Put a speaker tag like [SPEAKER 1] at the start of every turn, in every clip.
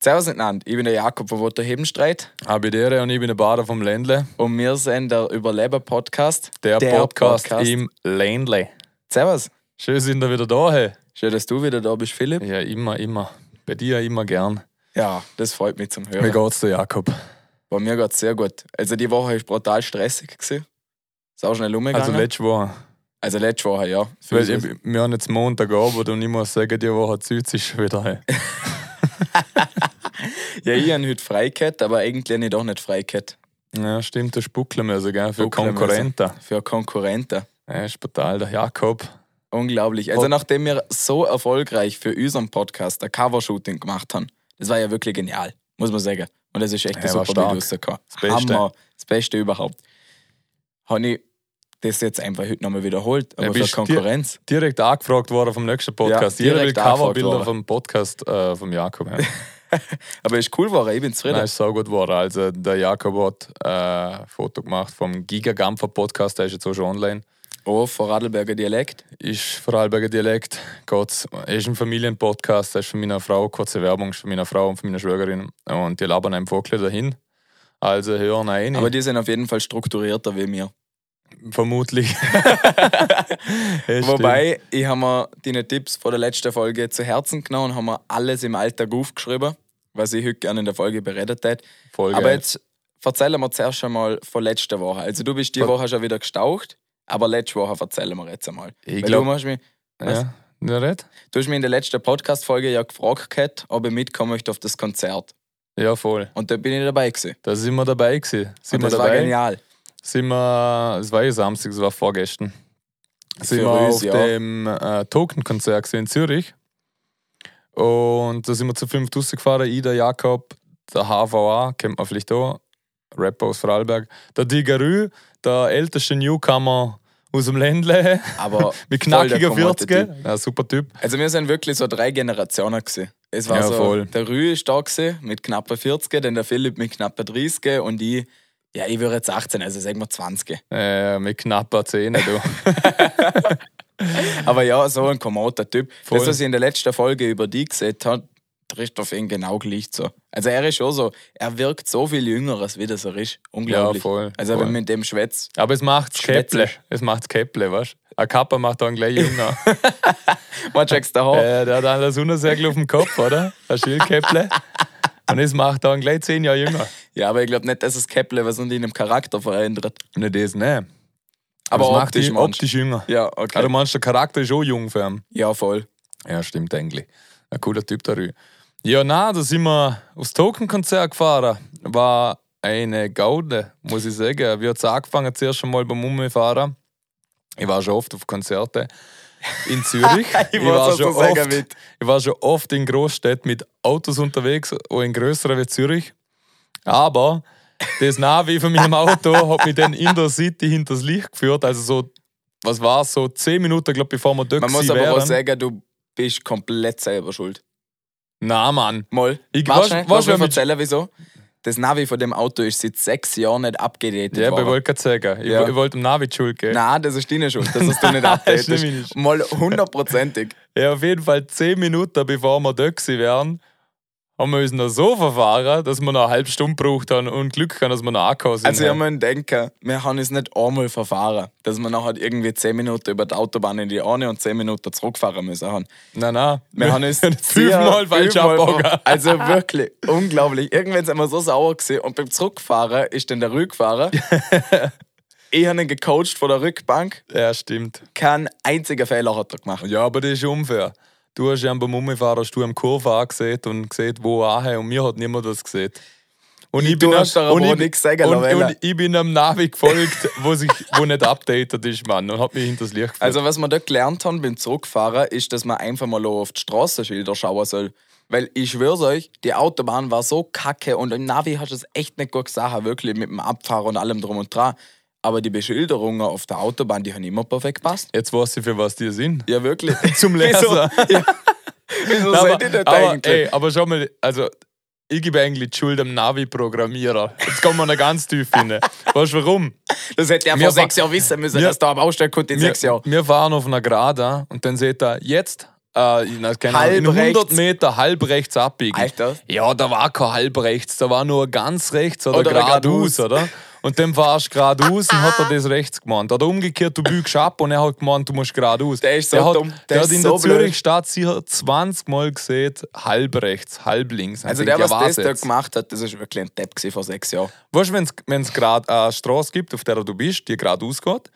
[SPEAKER 1] Servus miteinander, ich bin der Jakob von Wotter Hebenstreit
[SPEAKER 2] Abidere und ich bin der Bader vom Ländle.
[SPEAKER 1] und wir sind der Überleben-Podcast.
[SPEAKER 2] Der, Podcast, im Ländle.
[SPEAKER 1] Servus,
[SPEAKER 2] Schön sind wir wieder da, hey.
[SPEAKER 1] schön, dass du wieder da bist, Philipp.
[SPEAKER 2] Ja, immer, immer. Bei dir immer gern.
[SPEAKER 1] Ja, das freut mich zum
[SPEAKER 2] Wie
[SPEAKER 1] Hören.
[SPEAKER 2] geht's dir, Jakob?
[SPEAKER 1] Bei mir geht's sehr gut. Also die Woche ist brutal stressig. Gewesen. Ist auch schnell umgegangen.
[SPEAKER 2] Also letzte Woche.
[SPEAKER 1] also letzte Woche, ja.
[SPEAKER 2] Weil ich, wir haben jetzt Montagabend und ich muss sagen, die Woche zieht sich schon wieder. Hey.
[SPEAKER 1] ja, ich habe heute frei gehabt, aber eigentlich habe ich doch nicht frei gehabt.
[SPEAKER 2] Ja, stimmt, der Spucklermesser, gell? Für
[SPEAKER 1] Spucklermesser.
[SPEAKER 2] Konkurrenten.
[SPEAKER 1] Für Konkurrenten.
[SPEAKER 2] Ja, ist brutal, der Jakob.
[SPEAKER 1] Unglaublich. Also
[SPEAKER 2] Oh.
[SPEAKER 1] nachdem wir so erfolgreich für unseren Podcast ein Covershooting gemacht haben, das war ja wirklich genial, muss man sagen. Und das ist echt ein
[SPEAKER 2] Ja, war
[SPEAKER 1] super Video
[SPEAKER 2] stark.
[SPEAKER 1] rausgekommen.
[SPEAKER 2] Das Beste.
[SPEAKER 1] Hammer. Das Beste überhaupt. Habe ich das jetzt einfach heute nochmal wiederholt, aber
[SPEAKER 2] Ja,
[SPEAKER 1] für
[SPEAKER 2] bist
[SPEAKER 1] Konkurrenz.
[SPEAKER 2] Direkt angefragt worden vom nächsten Podcast.
[SPEAKER 1] Ja,
[SPEAKER 2] Jeder will
[SPEAKER 1] direkt angefragt
[SPEAKER 2] Coverbilder
[SPEAKER 1] worden.
[SPEAKER 2] vom Podcast äh, vom Jakob. Ja.
[SPEAKER 1] Aber ist cool war, ich bin zufrieden.
[SPEAKER 2] Nein, ist so gut geworden. Also, der Jakob hat äh, ein Foto gemacht vom Gigagampfer Podcast, der ist jetzt auch schon online.
[SPEAKER 1] Oh, Vorarlberger Dialekt.
[SPEAKER 2] Ist Vorarlberger Dialekt, Gott, ist ein Familienpodcast, der ist von meiner Frau, kurze Werbung, ist von meiner Frau und von meiner Schwägerin. Und die labern einem Vogel dahin. Also, hören rein.
[SPEAKER 1] Aber die sind auf jeden Fall strukturierter wie mir.
[SPEAKER 2] Vermutlich. Ja, stimmt.
[SPEAKER 1] Wobei, ich habe mir deine Tipps von der letzten Folge zu Herzen genommen und habe mir alles im Alltag aufgeschrieben, was ich heute gerne in der Folge beredet hätte.
[SPEAKER 2] Voll
[SPEAKER 1] Aber
[SPEAKER 2] geil.
[SPEAKER 1] jetzt erzählen wir zuerst einmal von letzter Woche. Also du bist die
[SPEAKER 2] Von-
[SPEAKER 1] Woche schon wieder gestaucht, aber letzte Woche erzählen wir jetzt einmal.
[SPEAKER 2] Ich
[SPEAKER 1] Weil
[SPEAKER 2] glaub-
[SPEAKER 1] du, hast mich, was?
[SPEAKER 2] Ja, ja, red?
[SPEAKER 1] du hast mich in der letzten Podcast-Folge ja gefragt, gehabt, ob ich mitkommen möchte auf das Konzert.
[SPEAKER 2] ja, voll.
[SPEAKER 1] Und da bin ich dabei gewesen.
[SPEAKER 2] Da sind wir dabei gewesen. Sind
[SPEAKER 1] Und
[SPEAKER 2] wir
[SPEAKER 1] das war
[SPEAKER 2] dabei?
[SPEAKER 1] genial.
[SPEAKER 2] sind wir, es war ja Samstag, es war vorgestern, sind
[SPEAKER 1] Für
[SPEAKER 2] wir
[SPEAKER 1] uns,
[SPEAKER 2] auf
[SPEAKER 1] ja.
[SPEAKER 2] dem äh, Token-Konzert gewesen in Zürich. Und da sind wir zu fünf gefahren, ich, der Jakob, der HVA, kennt man vielleicht auch, Rapper aus Vorarlberg, der Digarü, der älteste Newcomer aus dem Ländle,
[SPEAKER 1] Aber
[SPEAKER 2] mit
[SPEAKER 1] voll der
[SPEAKER 2] knackiger
[SPEAKER 1] kommate
[SPEAKER 2] 40,
[SPEAKER 1] Typ.
[SPEAKER 2] ja, super Typ.
[SPEAKER 1] Also wir sind wirklich so drei Generationen gewesen. Es war
[SPEAKER 2] Ja,
[SPEAKER 1] so,
[SPEAKER 2] voll.
[SPEAKER 1] der Rü ist da gewesen, mit knappe 40, dann der Philipp mit knappe 30 und ich, ja, ich wäre jetzt 18, also sagen wir 20.
[SPEAKER 2] Äh, mit knapper Zähne, du.
[SPEAKER 1] Aber ja, so ein komoter Typ.
[SPEAKER 2] Voll.
[SPEAKER 1] Das, was ich in der letzten Folge über die gesehen habe, trifft auf ihn genau gleich so. Also er ist schon so, er wirkt so viel jünger, als wie das er ist. Unglaublich.
[SPEAKER 2] Ja, voll,
[SPEAKER 1] Also wenn
[SPEAKER 2] voll.
[SPEAKER 1] man mit dem schwätzt,
[SPEAKER 2] Aber es macht's Käpple.
[SPEAKER 1] Schwätzisch.
[SPEAKER 2] Es macht's Käpple, weißt du? Ein Kappa macht dann gleich jünger.
[SPEAKER 1] man checkt da hoch.
[SPEAKER 2] Äh, der hat einen Sonnersegel auf dem Kopf, oder? Ein Schildkäpple. Und das macht dann gleich zehn Jahre jünger.
[SPEAKER 1] Ja, aber ich glaube nicht, dass es Kepler was an deinem Charakter verändert.
[SPEAKER 2] Nicht das, ne?
[SPEAKER 1] Aber
[SPEAKER 2] Aber
[SPEAKER 1] optisch,
[SPEAKER 2] das macht ihn
[SPEAKER 1] meinst du?
[SPEAKER 2] optisch jünger.
[SPEAKER 1] Ja,
[SPEAKER 2] Ah, du
[SPEAKER 1] okay.
[SPEAKER 2] meinst, der Charakter ist auch jung für ihn.
[SPEAKER 1] Ja, voll.
[SPEAKER 2] Ja, stimmt eigentlich. Ein cooler Typ da drüben. Ja, na, da sind wir aufs Token-Konzert gefahren. War eine Gaude, muss ich sagen. Wir haben angefangen, zuerst einmal beim Umfahren. Ich war schon oft auf Konzerte in Zürich.
[SPEAKER 1] Ich weiß, was du sagen
[SPEAKER 2] oft,
[SPEAKER 1] willst.
[SPEAKER 2] ich war schon oft in Großstädten mit Autos unterwegs, auch in größeren wie Zürich. Aber das Navi von meinem Auto hat mich dann in der City hinters Licht geführt. Also so, was war so 10 Minuten, glaube ich, bevor wir dort
[SPEAKER 1] Man muss
[SPEAKER 2] gewesen
[SPEAKER 1] aber auch
[SPEAKER 2] wären.
[SPEAKER 1] sagen, du bist komplett selber schuld.
[SPEAKER 2] Na Mann.
[SPEAKER 1] Mal.
[SPEAKER 2] Ich-
[SPEAKER 1] Warte
[SPEAKER 2] was-
[SPEAKER 1] schnell,
[SPEAKER 2] was
[SPEAKER 1] lass mich
[SPEAKER 2] wär mit-
[SPEAKER 1] erzählen, wieso? Das Navi von dem Auto ist seit sechs Jahren nicht abgedatet
[SPEAKER 2] Ja, aber ich
[SPEAKER 1] worden.
[SPEAKER 2] wollte gerade sagen, ich,
[SPEAKER 1] Ja.
[SPEAKER 2] wo- ich wollte dem Navi die Schuld geben.
[SPEAKER 1] Nein, das ist deine Schuld, dass es du nicht
[SPEAKER 2] Das stimmt
[SPEAKER 1] updatest.
[SPEAKER 2] nicht.
[SPEAKER 1] Mal hundertprozentig.
[SPEAKER 2] Ja, auf jeden Fall 10 Minuten bevor wir dort gewesen wären, haben wir uns noch so verfahren, dass wir noch eine halbe Stunde gebraucht haben und Glück haben, dass wir noch angekommen sind.
[SPEAKER 1] Also, ich habe mir denken, wir haben es nicht einmal verfahren, dass wir nachher irgendwie 10 Minuten über die Autobahn in die eine und 10 Minuten zurückfahren müssen. haben.
[SPEAKER 2] nein, nein.
[SPEAKER 1] Wir haben es
[SPEAKER 2] fünfmal
[SPEAKER 1] sehr-
[SPEAKER 2] falsch
[SPEAKER 1] fünfmal-
[SPEAKER 2] abgebogen.
[SPEAKER 1] Also wirklich, unglaublich. Irgendwann sind wir so sauer gewesen und beim Zurückfahren ist dann der Rückfahrer. ich habe ihn gecoacht von der Rückbank.
[SPEAKER 2] Ja, stimmt.
[SPEAKER 1] Kein einziger Fehler hat er gemacht.
[SPEAKER 2] Ja, aber das ist unfair. Du hast ja beim Umfahren hast du am Kurve angesehen und gesehen, wo anher und mir hat niemand das gesehen. Und ich
[SPEAKER 1] Du hast doch aber auch nichts sagen
[SPEAKER 2] und,
[SPEAKER 1] lassen,
[SPEAKER 2] und ich bin am Navi gefolgt, wo, sich, wo nicht updated ist, Mann, und hat mich hinters Licht geführt.
[SPEAKER 1] Also, was wir dort gelernt haben beim Zurückfahren, ist, dass man einfach mal auf die Straßenschilder schauen soll. Weil ich schwör's euch, die Autobahn war so kacke und im Navi hast du es echt nicht gut gesehen, wirklich mit dem Abfahren und allem drum und dran. Aber die Beschilderungen auf der Autobahn, die haben immer perfekt gepasst.
[SPEAKER 2] Jetzt weiß ich, für was die sind.
[SPEAKER 1] Ja, wirklich.
[SPEAKER 2] Zum Lesen.
[SPEAKER 1] Wieso, ja. Wieso
[SPEAKER 2] aber,
[SPEAKER 1] Also seid ihr nicht
[SPEAKER 2] aber,
[SPEAKER 1] eigentlich?
[SPEAKER 2] ey, aber schau mal, also ich gebe eigentlich die Schuld am Navi-Programmierer. Jetzt kommen wir noch ganz tief hin. Weißt du warum?
[SPEAKER 1] das hätte er
[SPEAKER 2] wir
[SPEAKER 1] vor sechs Jahren wissen müssen,
[SPEAKER 2] wir-
[SPEAKER 1] dass da am Ausstieg kommt in
[SPEAKER 2] wir,
[SPEAKER 1] sechs Jahren.
[SPEAKER 2] Wir fahren auf einer Gerade und dann seht ihr, jetzt äh, in, keine Ahnung, in
[SPEAKER 1] Halb
[SPEAKER 2] 100
[SPEAKER 1] rechts.
[SPEAKER 2] Meter halb rechts abbiegen.
[SPEAKER 1] Alter.
[SPEAKER 2] Ja, da war kein halb rechts, da war nur ganz rechts oder,
[SPEAKER 1] Oder
[SPEAKER 2] geradeaus,
[SPEAKER 1] geradeaus.
[SPEAKER 2] oder? Und dann fahrst du geradeaus und hat er das rechts gemeint. Oder umgekehrt, du biegst ab und er hat gemeint, du musst geradeaus.
[SPEAKER 1] Der ist so
[SPEAKER 2] hat,
[SPEAKER 1] dumm.
[SPEAKER 2] Der,
[SPEAKER 1] Der
[SPEAKER 2] hat
[SPEAKER 1] ist
[SPEAKER 2] in
[SPEAKER 1] so
[SPEAKER 2] der
[SPEAKER 1] blöd.
[SPEAKER 2] Zürichstadt sicher 20 Mal gesehen, halb rechts, halb links. Und
[SPEAKER 1] Also
[SPEAKER 2] ich
[SPEAKER 1] der,
[SPEAKER 2] denk,
[SPEAKER 1] was
[SPEAKER 2] ja,
[SPEAKER 1] das da
[SPEAKER 2] jetzt.
[SPEAKER 1] gemacht hat, das ist wirklich ein Depp gewesen vor sechs Jahren.
[SPEAKER 2] Weißt du, wenn es gerade eine Straße gibt, auf der du bist, die geradeaus geht,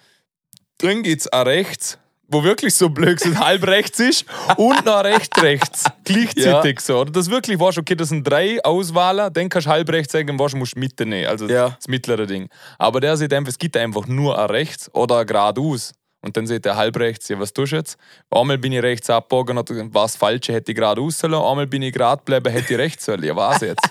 [SPEAKER 2] dann gibt es eine rechts, wo wirklich so blöd ist, halb rechts ist, und noch rechts rechts. Gleichzeitig so. Oder das wirklich warst, okay, das sind drei Auswahlen, dann kannst du halb rechts sagen, und warst, musst du Mitte nehmen. Also
[SPEAKER 1] Ja.
[SPEAKER 2] das mittlere Ding. Aber der sieht einfach, es gibt einfach nur ein rechts oder ein geradeaus. Und dann sieht er halb rechts, ja, was tust du jetzt? Einmal bin ich rechts abgebogen und war das Falsche, hätte ich geradeaus sollen. Einmal bin ich gerade bleiben, hätte ich rechts sollen. Ja, was jetzt?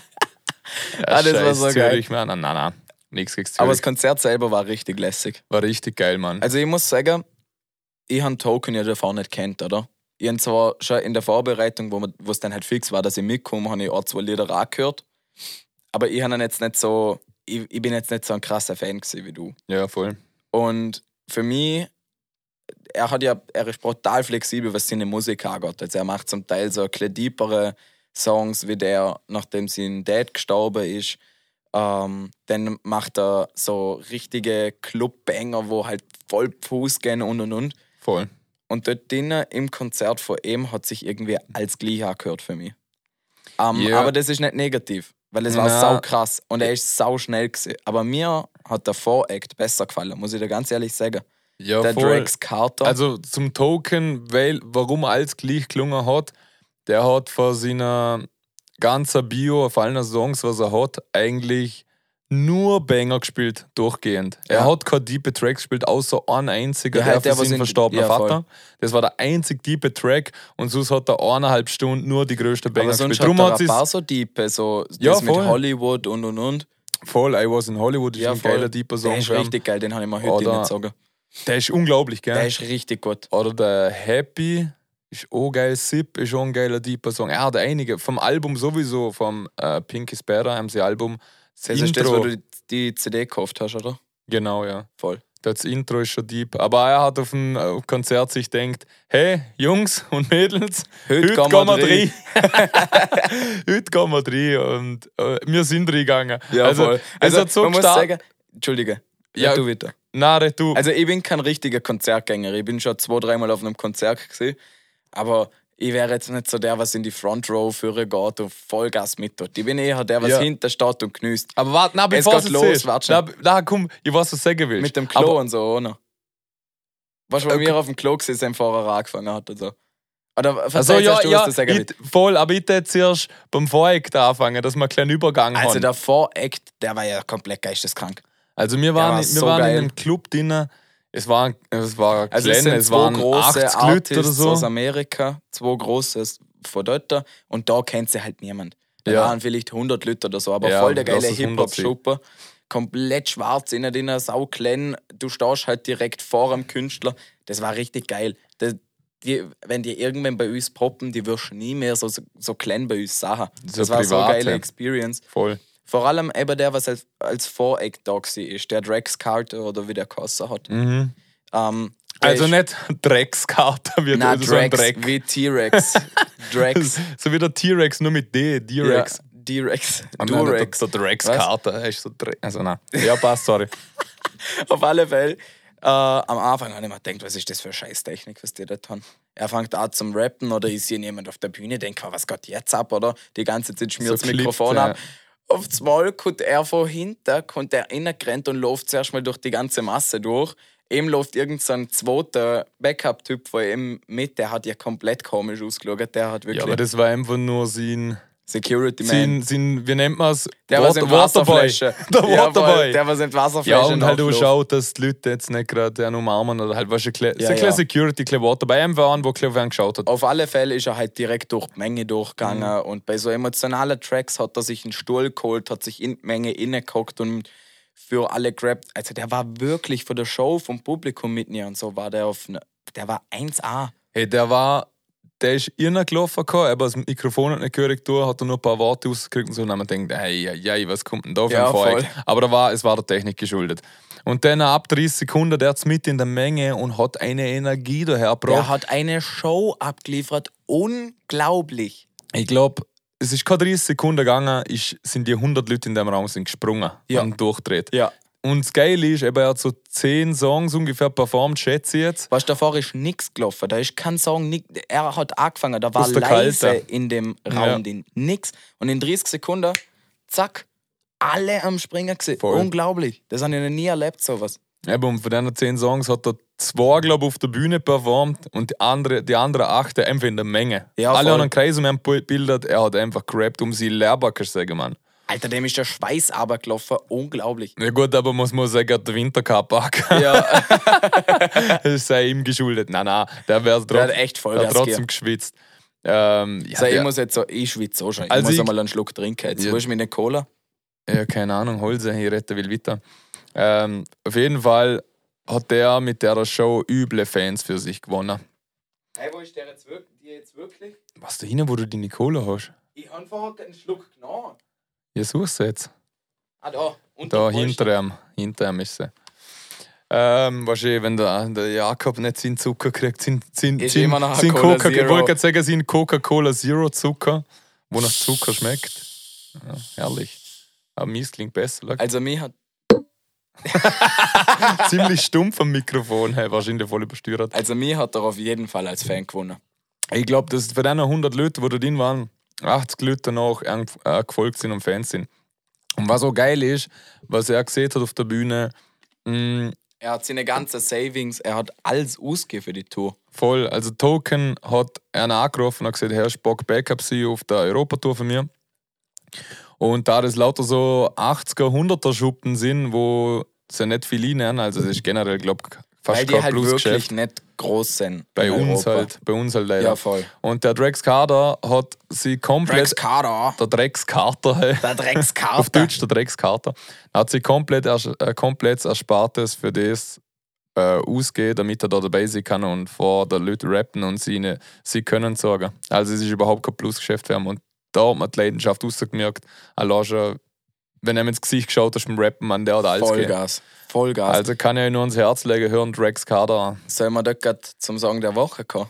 [SPEAKER 1] Ah, das war so geil.
[SPEAKER 2] Zürich, Mann. Nein, nein, nein. Nichts gegen Zürich.
[SPEAKER 1] Aber das Konzert selber war richtig lässig.
[SPEAKER 2] war richtig geil, Mann.
[SPEAKER 1] Also ich muss sagen, ich habe Token ja davon nicht kennt, oder? Ich habe zwar schon in der Vorbereitung, wo man- wo es dann halt fix war, dass ich mitkomme, habe ich auch zwei Lieder angehört. Aber ich habe ihn jetzt nicht so, ich, ich bin jetzt nicht so ein krasser Fan gewesen wie du.
[SPEAKER 2] Ja, voll.
[SPEAKER 1] Und für mich, er hat ja, er ist brutal flexibel, was seine Musik angeht. Also er macht zum Teil so ein bisschen deepere Songs, wie der, nachdem sein Dad gestorben ist. Ähm, dann macht er so richtige Clubbanger, wo halt voll Fuß gehen und und und.
[SPEAKER 2] Voll.
[SPEAKER 1] Und dort drinnen im Konzert von ihm hat sich irgendwie als gleich angehört für mich. Ähm,
[SPEAKER 2] Ja.
[SPEAKER 1] Aber das ist nicht negativ, weil es war
[SPEAKER 2] Na.
[SPEAKER 1] sau krass und er ist sau schnell gewesen. Aber mir hat der Vorakt besser gefallen, muss ich dir ganz ehrlich sagen.
[SPEAKER 2] Ja,
[SPEAKER 1] der
[SPEAKER 2] voll.
[SPEAKER 1] Drax Carter.
[SPEAKER 2] Also zum Token, weil, warum alles gleich gelungen hat, der hat vor seiner ganzen Bio, vor allen Songs, was er hat, eigentlich nur Banger gespielt, durchgehend. Er
[SPEAKER 1] Ja.
[SPEAKER 2] hat keine deepe Tracks gespielt, außer ein einziger,
[SPEAKER 1] Ja,
[SPEAKER 2] der
[SPEAKER 1] halt
[SPEAKER 2] für
[SPEAKER 1] der, was
[SPEAKER 2] seinen
[SPEAKER 1] in-
[SPEAKER 2] verstorbenen
[SPEAKER 1] ja, voll.
[SPEAKER 2] Vater. Das war der einzig deepe Track und sonst hat er eineinhalb Stunden nur die größte Banger
[SPEAKER 1] aber sonst
[SPEAKER 2] gespielt.
[SPEAKER 1] hat
[SPEAKER 2] Drum
[SPEAKER 1] er
[SPEAKER 2] hat
[SPEAKER 1] ein
[SPEAKER 2] sie's-
[SPEAKER 1] paar so Diepe, so
[SPEAKER 2] Ja,
[SPEAKER 1] das mit
[SPEAKER 2] voll.
[SPEAKER 1] Hollywood und und und.
[SPEAKER 2] Voll, I was in Hollywood ist ein geiler, deeper Song.
[SPEAKER 1] Der ist
[SPEAKER 2] von ihm.
[SPEAKER 1] richtig geil, den habe ich mir heute
[SPEAKER 2] Oder-
[SPEAKER 1] nicht sagen.
[SPEAKER 2] Der ist unglaublich, gell?
[SPEAKER 1] Der ist richtig gut.
[SPEAKER 2] Oder der Happy ist auch geil, Sip ist auch ein geiler deeper Song. Er hat einige, vom Album sowieso, vom äh, Pinky Sparrow, haben sie Album. Das,
[SPEAKER 1] Das
[SPEAKER 2] Intro,
[SPEAKER 1] ist das, wo du die, die CD gekauft hast, oder?
[SPEAKER 2] Genau, ja.
[SPEAKER 1] Voll.
[SPEAKER 2] Das Intro ist schon deep. Aber er hat auf dem äh, Konzert sich denkt, hey, Jungs und Mädels,
[SPEAKER 1] Heute
[SPEAKER 2] heute
[SPEAKER 1] gehen
[SPEAKER 2] gehen wir
[SPEAKER 1] wir
[SPEAKER 2] rein. heute gehen wir rein und äh, wir sind reingegangen.
[SPEAKER 1] Also,
[SPEAKER 2] es hat so
[SPEAKER 1] man muss
[SPEAKER 2] gestartet-
[SPEAKER 1] sagen, Entschuldige,
[SPEAKER 2] Ja.
[SPEAKER 1] ja, du wieder.
[SPEAKER 2] Nein, du.
[SPEAKER 1] Also ich bin kein richtiger Konzertgänger. Ich bin schon zwei, dreimal auf einem Konzert gesehen, aber ich wäre jetzt nicht so der, was in die Front Row führe geht und Vollgas mit tut. Ich bin eher der, was
[SPEAKER 2] Ja.
[SPEAKER 1] hinter steht und knüst.
[SPEAKER 2] aber warte, na,
[SPEAKER 1] Es
[SPEAKER 2] bevor
[SPEAKER 1] geht
[SPEAKER 2] es
[SPEAKER 1] los, warte
[SPEAKER 2] Na,
[SPEAKER 1] schon.
[SPEAKER 2] na, komm, ich weiß, was du sagen willst.
[SPEAKER 1] Mit dem
[SPEAKER 2] Aber- Äh,
[SPEAKER 1] Klo und so, oder? Weißt du, bei
[SPEAKER 2] Okay.
[SPEAKER 1] mir auf dem Klo gesehen, sein Fahrer angefangen hat und so. Oder
[SPEAKER 2] Also
[SPEAKER 1] verzeih
[SPEAKER 2] ja,
[SPEAKER 1] zuerst du, was
[SPEAKER 2] ja,
[SPEAKER 1] du sagen willst.
[SPEAKER 2] ich, voll, aber ich hätte zuerst beim Voreck da anfangen, dass wir einen kleinen Übergang
[SPEAKER 1] Also
[SPEAKER 2] haben.
[SPEAKER 1] der Voreact, der war ja komplett geisteskrank.
[SPEAKER 2] also wir waren,
[SPEAKER 1] war
[SPEAKER 2] wir
[SPEAKER 1] so
[SPEAKER 2] waren in
[SPEAKER 1] geil.
[SPEAKER 2] einem Club drinnen, es war, es war
[SPEAKER 1] Also
[SPEAKER 2] klein,
[SPEAKER 1] es sind
[SPEAKER 2] es
[SPEAKER 1] zwei
[SPEAKER 2] waren
[SPEAKER 1] große
[SPEAKER 2] 80 Leute oder
[SPEAKER 1] Artists
[SPEAKER 2] so.
[SPEAKER 1] aus Amerika, zwei große aus- von dort und da kennt sie halt niemand. Da
[SPEAKER 2] Ja.
[SPEAKER 1] waren vielleicht 100 Leute oder so, aber
[SPEAKER 2] Ja,
[SPEAKER 1] voll der geile
[SPEAKER 2] lass es 100 sein.
[SPEAKER 1] Hip-Hop-Schupper. Komplett schwarz, innen drin, sau klein. Du stehst halt direkt vor dem Künstler. Das war richtig geil. Das, die, wenn die irgendwann bei uns poppen, die wirst du nie mehr so, so, so klein bei uns sahen.
[SPEAKER 2] So
[SPEAKER 1] das war so eine
[SPEAKER 2] private.
[SPEAKER 1] geile Experience.
[SPEAKER 2] Voll.
[SPEAKER 1] Vor allem eben der, was als, als Voreck da gewesen ist, der Drax Carter oder wie der Kosser hat.
[SPEAKER 2] Mhm.
[SPEAKER 1] Ähm, der
[SPEAKER 2] Also
[SPEAKER 1] ist-
[SPEAKER 2] nicht Dreckskarte, wir
[SPEAKER 1] na,
[SPEAKER 2] tun so ein
[SPEAKER 1] Drax,
[SPEAKER 2] Dreck.
[SPEAKER 1] wie T-Rex. Drax.
[SPEAKER 2] So wie der T-Rex, nur mit D, D-Rex.
[SPEAKER 1] Ja, D-Rex.
[SPEAKER 2] Und dann
[SPEAKER 1] Durex.
[SPEAKER 2] Der, der Dreckskarte, er ist so Dreck. Also nein. Ja, passt, sorry.
[SPEAKER 1] Auf alle Fälle. Äh, am Anfang habe ich mir gedacht, was ist das für eine Scheißtechnik, was die da tun? Er fängt an zum Rappen oder ist hier jemand auf der Bühne, denkt mir, was geht jetzt ab, oder? Die ganze Zeit schmiert
[SPEAKER 2] So
[SPEAKER 1] das Mikrofon
[SPEAKER 2] klippt,
[SPEAKER 1] ab. Aufs Mal kommt er von hinten, kommt er innegrennt und läuft zuerst mal durch die ganze Masse durch. Ihm läuft irgend so ein zweiter Backup-Typ von ihm mit, der hat ja komplett komisch ausgeschaut. Der hat
[SPEAKER 2] Ja,
[SPEAKER 1] wirklich
[SPEAKER 2] aber das war einfach nur sein,
[SPEAKER 1] Security Man.
[SPEAKER 2] sein, sein, wie nennt man es?
[SPEAKER 1] Der was in Wasserflasche.
[SPEAKER 2] Der
[SPEAKER 1] Ja, voll,
[SPEAKER 2] Waterboy.
[SPEAKER 1] Der was in Wasserflasche.
[SPEAKER 2] Ja, und halt auch
[SPEAKER 1] nachläuft.
[SPEAKER 2] schaut, dass die Leute jetzt nicht gerade einen umarmen oder halt, weißt du, ein
[SPEAKER 1] Ja,
[SPEAKER 2] ja, ja.
[SPEAKER 1] ja.
[SPEAKER 2] Security, ein Water bei einem waren, wo ein wer geschaut hat.
[SPEAKER 1] Auf alle Fälle ist er halt direkt durch die Menge durchgegangen
[SPEAKER 2] Mhm.
[SPEAKER 1] und bei so emotionalen Tracks hat er sich einen Stuhl geholt, hat sich in die Menge innegehockt und für alle grabbed. Also der war wirklich von der Show, vom Publikum mit mir und so war der auf. Ne, der war 1A.
[SPEAKER 2] Hey, der war, der ist irren gelaufen, gehabt, aber das Mikrofon hat nicht gehört, getan, hat er nur ein paar Worte rausgekriegt und so, und dann haben wir gedacht, hey, hey, hey, was kommt denn da für
[SPEAKER 1] Ja,
[SPEAKER 2] ein Feuer?
[SPEAKER 1] voll.
[SPEAKER 2] Aber da war, es war der Technik geschuldet. Und dann ab 30 Sekunden, der hat mit in der Menge und hat eine Energie dahergebracht.
[SPEAKER 1] Der hat eine Show abgeliefert unglaublich.
[SPEAKER 2] Ich glaube, es ist keine 30 Sekunden gegangen, ist, sind die 100 Leute in dem Raum sind gesprungen
[SPEAKER 1] Ja.
[SPEAKER 2] und durchgedreht.
[SPEAKER 1] Ja.
[SPEAKER 2] Und das Geile ist, eben, er hat so 10 Songs ungefähr performt, schätze ich jetzt.
[SPEAKER 1] Weißt du, davor ist nichts gelaufen. Da ist kein Song, nix, er hat angefangen, da war
[SPEAKER 2] Aus der
[SPEAKER 1] leise
[SPEAKER 2] Kalte.
[SPEAKER 1] in dem
[SPEAKER 2] Ja.
[SPEAKER 1] Raum drin. Nix. Und in 30 Sekunden, zack, alle am Springen gesehen.
[SPEAKER 2] Voll.
[SPEAKER 1] Unglaublich. Das habe ich noch nie erlebt, sowas.
[SPEAKER 2] Eben, und von diesen 10 Songs hat er zwei, glaube ich, auf der Bühne performt und die anderen die andere acht einfach in der Menge.
[SPEAKER 1] Ja,
[SPEAKER 2] Alle
[SPEAKER 1] voll.
[SPEAKER 2] haben einen Kreis um ihn gebildet, er hat einfach gerappt, um sie Lehrbar zu sagen, Mann.
[SPEAKER 1] Alter, dem ist der Schweiß runtergelaufen. Unglaublich.
[SPEAKER 2] Ja gut, aber muss man sagen, er hat den Wintercup angehabt.
[SPEAKER 1] Ja,
[SPEAKER 2] Das sei ihm geschuldet. Nein, nein, der wäre
[SPEAKER 1] der hat
[SPEAKER 2] trotzdem,
[SPEAKER 1] echt voll
[SPEAKER 2] der hat
[SPEAKER 1] Gas
[SPEAKER 2] trotzdem
[SPEAKER 1] gegeben.
[SPEAKER 2] geschwitzt. Ähm, ja,
[SPEAKER 1] So, ich
[SPEAKER 2] der-
[SPEAKER 1] muss jetzt so, ich schwitze auch schon. Ich
[SPEAKER 2] Also
[SPEAKER 1] muss
[SPEAKER 2] ich-
[SPEAKER 1] einmal einen Schluck trinken. Jetzt
[SPEAKER 2] Ja.
[SPEAKER 1] holst du mir eine Cola.
[SPEAKER 2] Ja, keine Ahnung, Holze, ich rette will weiter. Ähm, auf jeden Fall hat der mit der Show üble Fans für sich gewonnen.
[SPEAKER 1] Hey, wo ist der jetzt wirklich? Die jetzt wirklich?
[SPEAKER 2] Was da hinten, wo du deine Cola hast?
[SPEAKER 1] Ich habe vorher einen Schluck genommen.
[SPEAKER 2] Ja, such's jetzt.
[SPEAKER 1] Ah, da. Und
[SPEAKER 2] Da hinter ihm. Hinter ihm ist sie. Ähm, wahrscheinlich, wenn der, der Jakob nicht seinen Zucker kriegt, sind sind
[SPEAKER 1] Ist
[SPEAKER 2] sind
[SPEAKER 1] immer noch ein
[SPEAKER 2] sind
[SPEAKER 1] Cola
[SPEAKER 2] Coca, ich
[SPEAKER 1] Zero.
[SPEAKER 2] wollte gerade sagen, sind Coca-Cola Zero Zucker, wo nach Zucker schmeckt. Ja, herrlich. Aber mies klingt besser. schau.
[SPEAKER 1] Also, mir hat. Äh.
[SPEAKER 2] Ziemlich stumpf am Mikrofon, hey, wahrscheinlich voll übersteuert.
[SPEAKER 1] Also mir hat er auf jeden Fall als Fan gewonnen.
[SPEAKER 2] Ich glaube, dass von den 100 Leuten, die da drin waren, 80 Leute danach irgend- äh, gefolgt sind und Fans sind. Und was so geil ist, was er gesehen hat auf der Bühne, mm, mh,
[SPEAKER 1] Er hat seine ganzen Savings, er hat alles ausgegeben für die Tour.
[SPEAKER 2] voll. Also Token hat einen angerufen und hat gesagt, Herr Spock, Backup Sie auf der Europatour von mir. Und da das lauter so 80er, 100er Schuppen sind, wo sie nicht viel hinein, also das ist generell, glaube ich, fast
[SPEAKER 1] Weil die
[SPEAKER 2] kein
[SPEAKER 1] halt wirklich
[SPEAKER 2] Plusgeschäft.
[SPEAKER 1] nicht groß sind.
[SPEAKER 2] Bei
[SPEAKER 1] in
[SPEAKER 2] uns
[SPEAKER 1] Europa.
[SPEAKER 2] halt, bei uns halt leider.
[SPEAKER 1] Ja, voll.
[SPEAKER 2] Und der Drex Kader hat sie komplett,
[SPEAKER 1] Drex Carter.
[SPEAKER 2] der Drex Carter, hey.
[SPEAKER 1] Der Drex
[SPEAKER 2] Auf
[SPEAKER 1] Carter.
[SPEAKER 2] Deutsch der Dreckskater. Er hat sich komplett, ers äh, komplett Erspartes für das äh, ausgehen, damit er da dabei sein kann und vor der Leute rappen und sie, ihnen- sie können sorgen. Also es ist überhaupt kein Plusgeschäft für ihn. Und da hat man die Leidenschaft rausgemerkt. Allein schon, wenn er ins Gesicht geschaut hast beim Rappen, man, der hat alles gegeben.
[SPEAKER 1] Vollgas. Vollgas.
[SPEAKER 2] Also kann er nur ans Herz legen, hören Drex Kader.
[SPEAKER 1] Sollen wir dort grad zum Song der Woche kommen?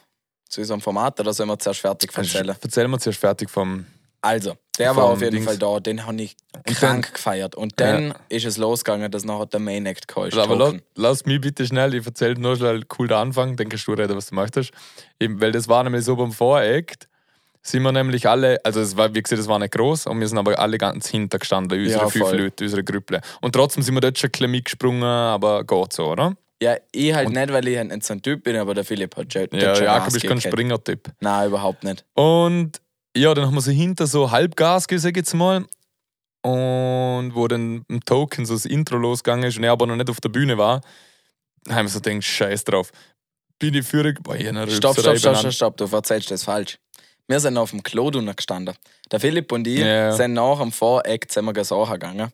[SPEAKER 1] Zu unserem Format oder sollen wir zuerst fertig erzählen?
[SPEAKER 2] Erzähl mir zuerst fertig vom.
[SPEAKER 1] Also, der
[SPEAKER 2] Vom
[SPEAKER 1] war auf jeden
[SPEAKER 2] Dings.
[SPEAKER 1] Fall da, den habe ich
[SPEAKER 2] dann-
[SPEAKER 1] krank gefeiert. Und dann ist es losgegangen, dass nachher der Main Act gekommen ist.
[SPEAKER 2] Also, Aber lass,
[SPEAKER 1] Token.
[SPEAKER 2] lass mich bitte schnell, ich erzähl nur schnell cool den Anfang, dann kannst du reden, was du möchtest. Eben, weil das war nämlich so beim Voreact, sind wir nämlich alle, also es war, wie gesagt, das war nicht groß, und wir sind aber alle ganz hinter gestanden, unsere
[SPEAKER 1] Ja,
[SPEAKER 2] fünf
[SPEAKER 1] voll.
[SPEAKER 2] Leute, unsere Grüppel. Und trotzdem sind wir dort schon ein bisschen mitgesprungen, aber geht so, oder?
[SPEAKER 1] Ja, ich halt nicht, weil ich halt nicht so ein Typ bin, aber der Philipp hat ja,
[SPEAKER 2] Ja, Jakob ist kein Springertyp.
[SPEAKER 1] Nein, überhaupt nicht.
[SPEAKER 2] Und ja, dann haben wir so hinter so Halbgas gegeben, sag ich jetzt mal. Und wo dann im Token so das Intro losgegangen ist und er aber noch nicht auf der Bühne war, haben wir so gedacht, scheiß drauf. Bin ich für bei einer
[SPEAKER 1] Stopp, stopp, stopp, stopp, stopp, du erzählst das falsch. Wir sind auf dem Klo drunter gestanden. Der Philipp und ich
[SPEAKER 2] Ja.
[SPEAKER 1] sind nach dem Voreck sind wir gesahen gegangen.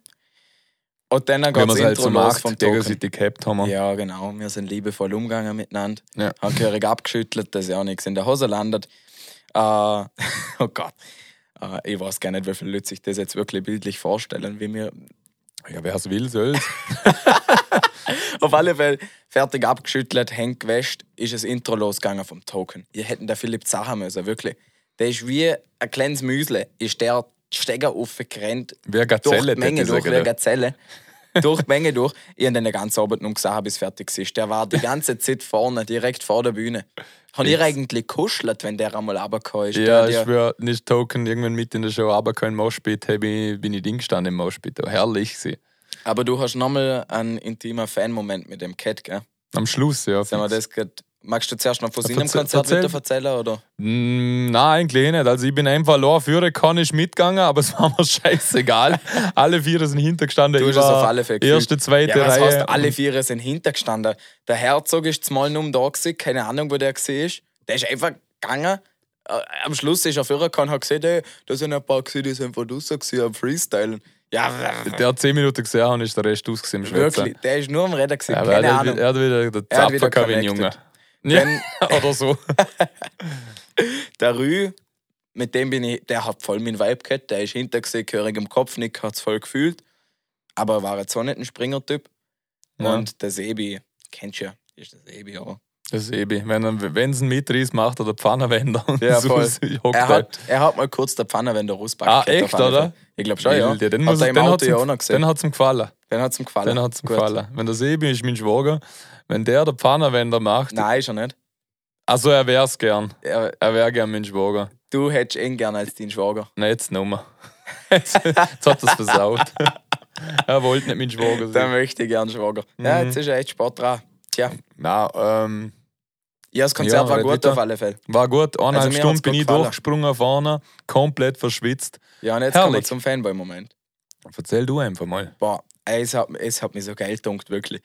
[SPEAKER 1] Und dann geht
[SPEAKER 2] Wenn
[SPEAKER 1] das
[SPEAKER 2] man es halt
[SPEAKER 1] Intro
[SPEAKER 2] so
[SPEAKER 1] los
[SPEAKER 2] macht,
[SPEAKER 1] vom Token.
[SPEAKER 2] gegenseitig gehabt haben wir.
[SPEAKER 1] Ja, genau. Wir sind liebevoll umgegangen miteinander.
[SPEAKER 2] Ja.
[SPEAKER 1] Haben gehörig abgeschüttelt, dass ja auch nichts in der Hose landet. Äh, oh Gott. Äh, ich weiß gar nicht, wie viele Leute sich das jetzt wirklich bildlich vorstellen, wie wir
[SPEAKER 2] Ja, wer es will, soll
[SPEAKER 1] Auf alle Fälle fertig abgeschüttelt, hängt gewäscht, ist das Intro losgegangen vom Token. Ihr hätten der Philipp Zacher müssen, wirklich. Der ist wie ein kleines Müsle, ist der Steger aufgerannt,
[SPEAKER 2] Wie
[SPEAKER 1] durch
[SPEAKER 2] eine Gazelle,
[SPEAKER 1] die Menge
[SPEAKER 2] hätte ich
[SPEAKER 1] durch, wie eine
[SPEAKER 2] sagen dürfen.
[SPEAKER 1] Gazelle. durch die Menge durch. Ich habe den den ganzen Abend nur gesehen, bis fertig ist. Der war die ganze Zeit vorne, direkt vor der Bühne. Haben ihr eigentlich kuschelt, wenn der einmal runtergekommen ist?
[SPEAKER 2] Ja, ich
[SPEAKER 1] der, der,
[SPEAKER 2] schwör, nicht Token irgendwann mit in der Show, aber kein Moshpit, hey, bin, ich- bin ich Ding gestanden im Moshpit. Herrlich sie.
[SPEAKER 1] aber du hast nochmal einen intimen Fan-Moment mit dem Cat, gell?
[SPEAKER 2] Am Schluss, ja.
[SPEAKER 1] Sollen wir das grad, magst du zuerst noch von seinem
[SPEAKER 2] verze-
[SPEAKER 1] Konzert
[SPEAKER 2] erzähl.
[SPEAKER 1] wieder erzählen? Oder?
[SPEAKER 2] Mm, Nein, eigentlich nicht. Also ich bin einfach verloren, führen kann ich mitgegangen, aber es war mir scheißegal. alle vier sind hintergestanden.
[SPEAKER 1] Du
[SPEAKER 2] Ich
[SPEAKER 1] hast es
[SPEAKER 2] war
[SPEAKER 1] auf alle Fälle gefühlt.
[SPEAKER 2] Erste, zweite
[SPEAKER 1] Ja, aber
[SPEAKER 2] Reihe.
[SPEAKER 1] das heißt, alle vier sind hintergestanden. Der Herzog ist zumal nur um da gewesen, keine Ahnung, wo der gesehen ist. Der ist einfach gegangen. Äh, Am Schluss ist er vorgekommen und hat gesehen, ey, da sind ein paar gewesen, die sind von draussen gewesen, am Freestylen. Ja,
[SPEAKER 2] der hat zehn Minuten gesehen und ist der Rest ausgesehen. im Schwätzen.
[SPEAKER 1] wirklich, der ist nur am Reden gewesen,
[SPEAKER 2] Ja, aber
[SPEAKER 1] keine
[SPEAKER 2] er, hat,
[SPEAKER 1] Ahnung.
[SPEAKER 2] er hat wieder den
[SPEAKER 1] Er hat wieder
[SPEAKER 2] Zapfer gehabt wie ein Junge.
[SPEAKER 1] connected.
[SPEAKER 2] Ja, oder so.
[SPEAKER 1] Der Rü, mit dem bin ich, der hat voll meinen Vibe gehabt, der ist hintergesehen, gehörig im Kopfnick, hat es voll gefühlt. Aber er war jetzt so nicht ein Springertyp.
[SPEAKER 2] Ja.
[SPEAKER 1] Und der Sebi, kennst du ja, ist der Sebi auch.
[SPEAKER 2] Das ist eben. Wenn es ein Mieter ist, macht er den Pfannenwender. und
[SPEAKER 1] Ja,
[SPEAKER 2] so
[SPEAKER 1] voll.
[SPEAKER 2] sich hockt
[SPEAKER 1] Er
[SPEAKER 2] er.
[SPEAKER 1] hat, er hat mal kurz der Pfannenwender Russback
[SPEAKER 2] Ah, echt, oder?
[SPEAKER 1] Ich glaube schon, ja.
[SPEAKER 2] Wilde, Den,
[SPEAKER 1] Hat
[SPEAKER 2] muss,
[SPEAKER 1] er
[SPEAKER 2] den
[SPEAKER 1] im Auto
[SPEAKER 2] hat
[SPEAKER 1] ja auch noch
[SPEAKER 2] es
[SPEAKER 1] gesehen.
[SPEAKER 2] ihm, hat's ihm gefallen.
[SPEAKER 1] Den hat es ihm gefallen.
[SPEAKER 2] Den hat's ihm
[SPEAKER 1] Gut.
[SPEAKER 2] gefallen. Wenn der Sebi ist, mein Schwager, wenn der den Pfannenwender macht,
[SPEAKER 1] Nein, ist er nicht.
[SPEAKER 2] also er wär's gern.
[SPEAKER 1] Er,
[SPEAKER 2] Er wär gern mein Schwager.
[SPEAKER 1] du hättest ihn gerne als deinen Schwager.
[SPEAKER 2] Nein, jetzt nicht mehr. Jetzt hat er's versaut. er wollte nicht mein Schwager
[SPEAKER 1] Der
[SPEAKER 2] sein.
[SPEAKER 1] möchte ich gern Schwager. Ja,
[SPEAKER 2] Mhm.
[SPEAKER 1] jetzt ist er echt Sport dran. Tja,
[SPEAKER 2] Nein, ähm,
[SPEAKER 1] ja, das Konzert
[SPEAKER 2] Ja,
[SPEAKER 1] war
[SPEAKER 2] red
[SPEAKER 1] gut
[SPEAKER 2] weiter.
[SPEAKER 1] auf alle Fälle.
[SPEAKER 2] war gut. Eineinhalb
[SPEAKER 1] mir hat's
[SPEAKER 2] Stunden
[SPEAKER 1] gut
[SPEAKER 2] bin ich
[SPEAKER 1] gefallen.
[SPEAKER 2] durchgesprungen vorne, komplett verschwitzt.
[SPEAKER 1] Ja, und jetzt kommen wir
[SPEAKER 2] Herrlich.
[SPEAKER 1] zum Fanboy-Moment.
[SPEAKER 2] Erzähl du einfach mal.
[SPEAKER 1] Boah, es hat, es hat mich so geil gedunkt, wirklich.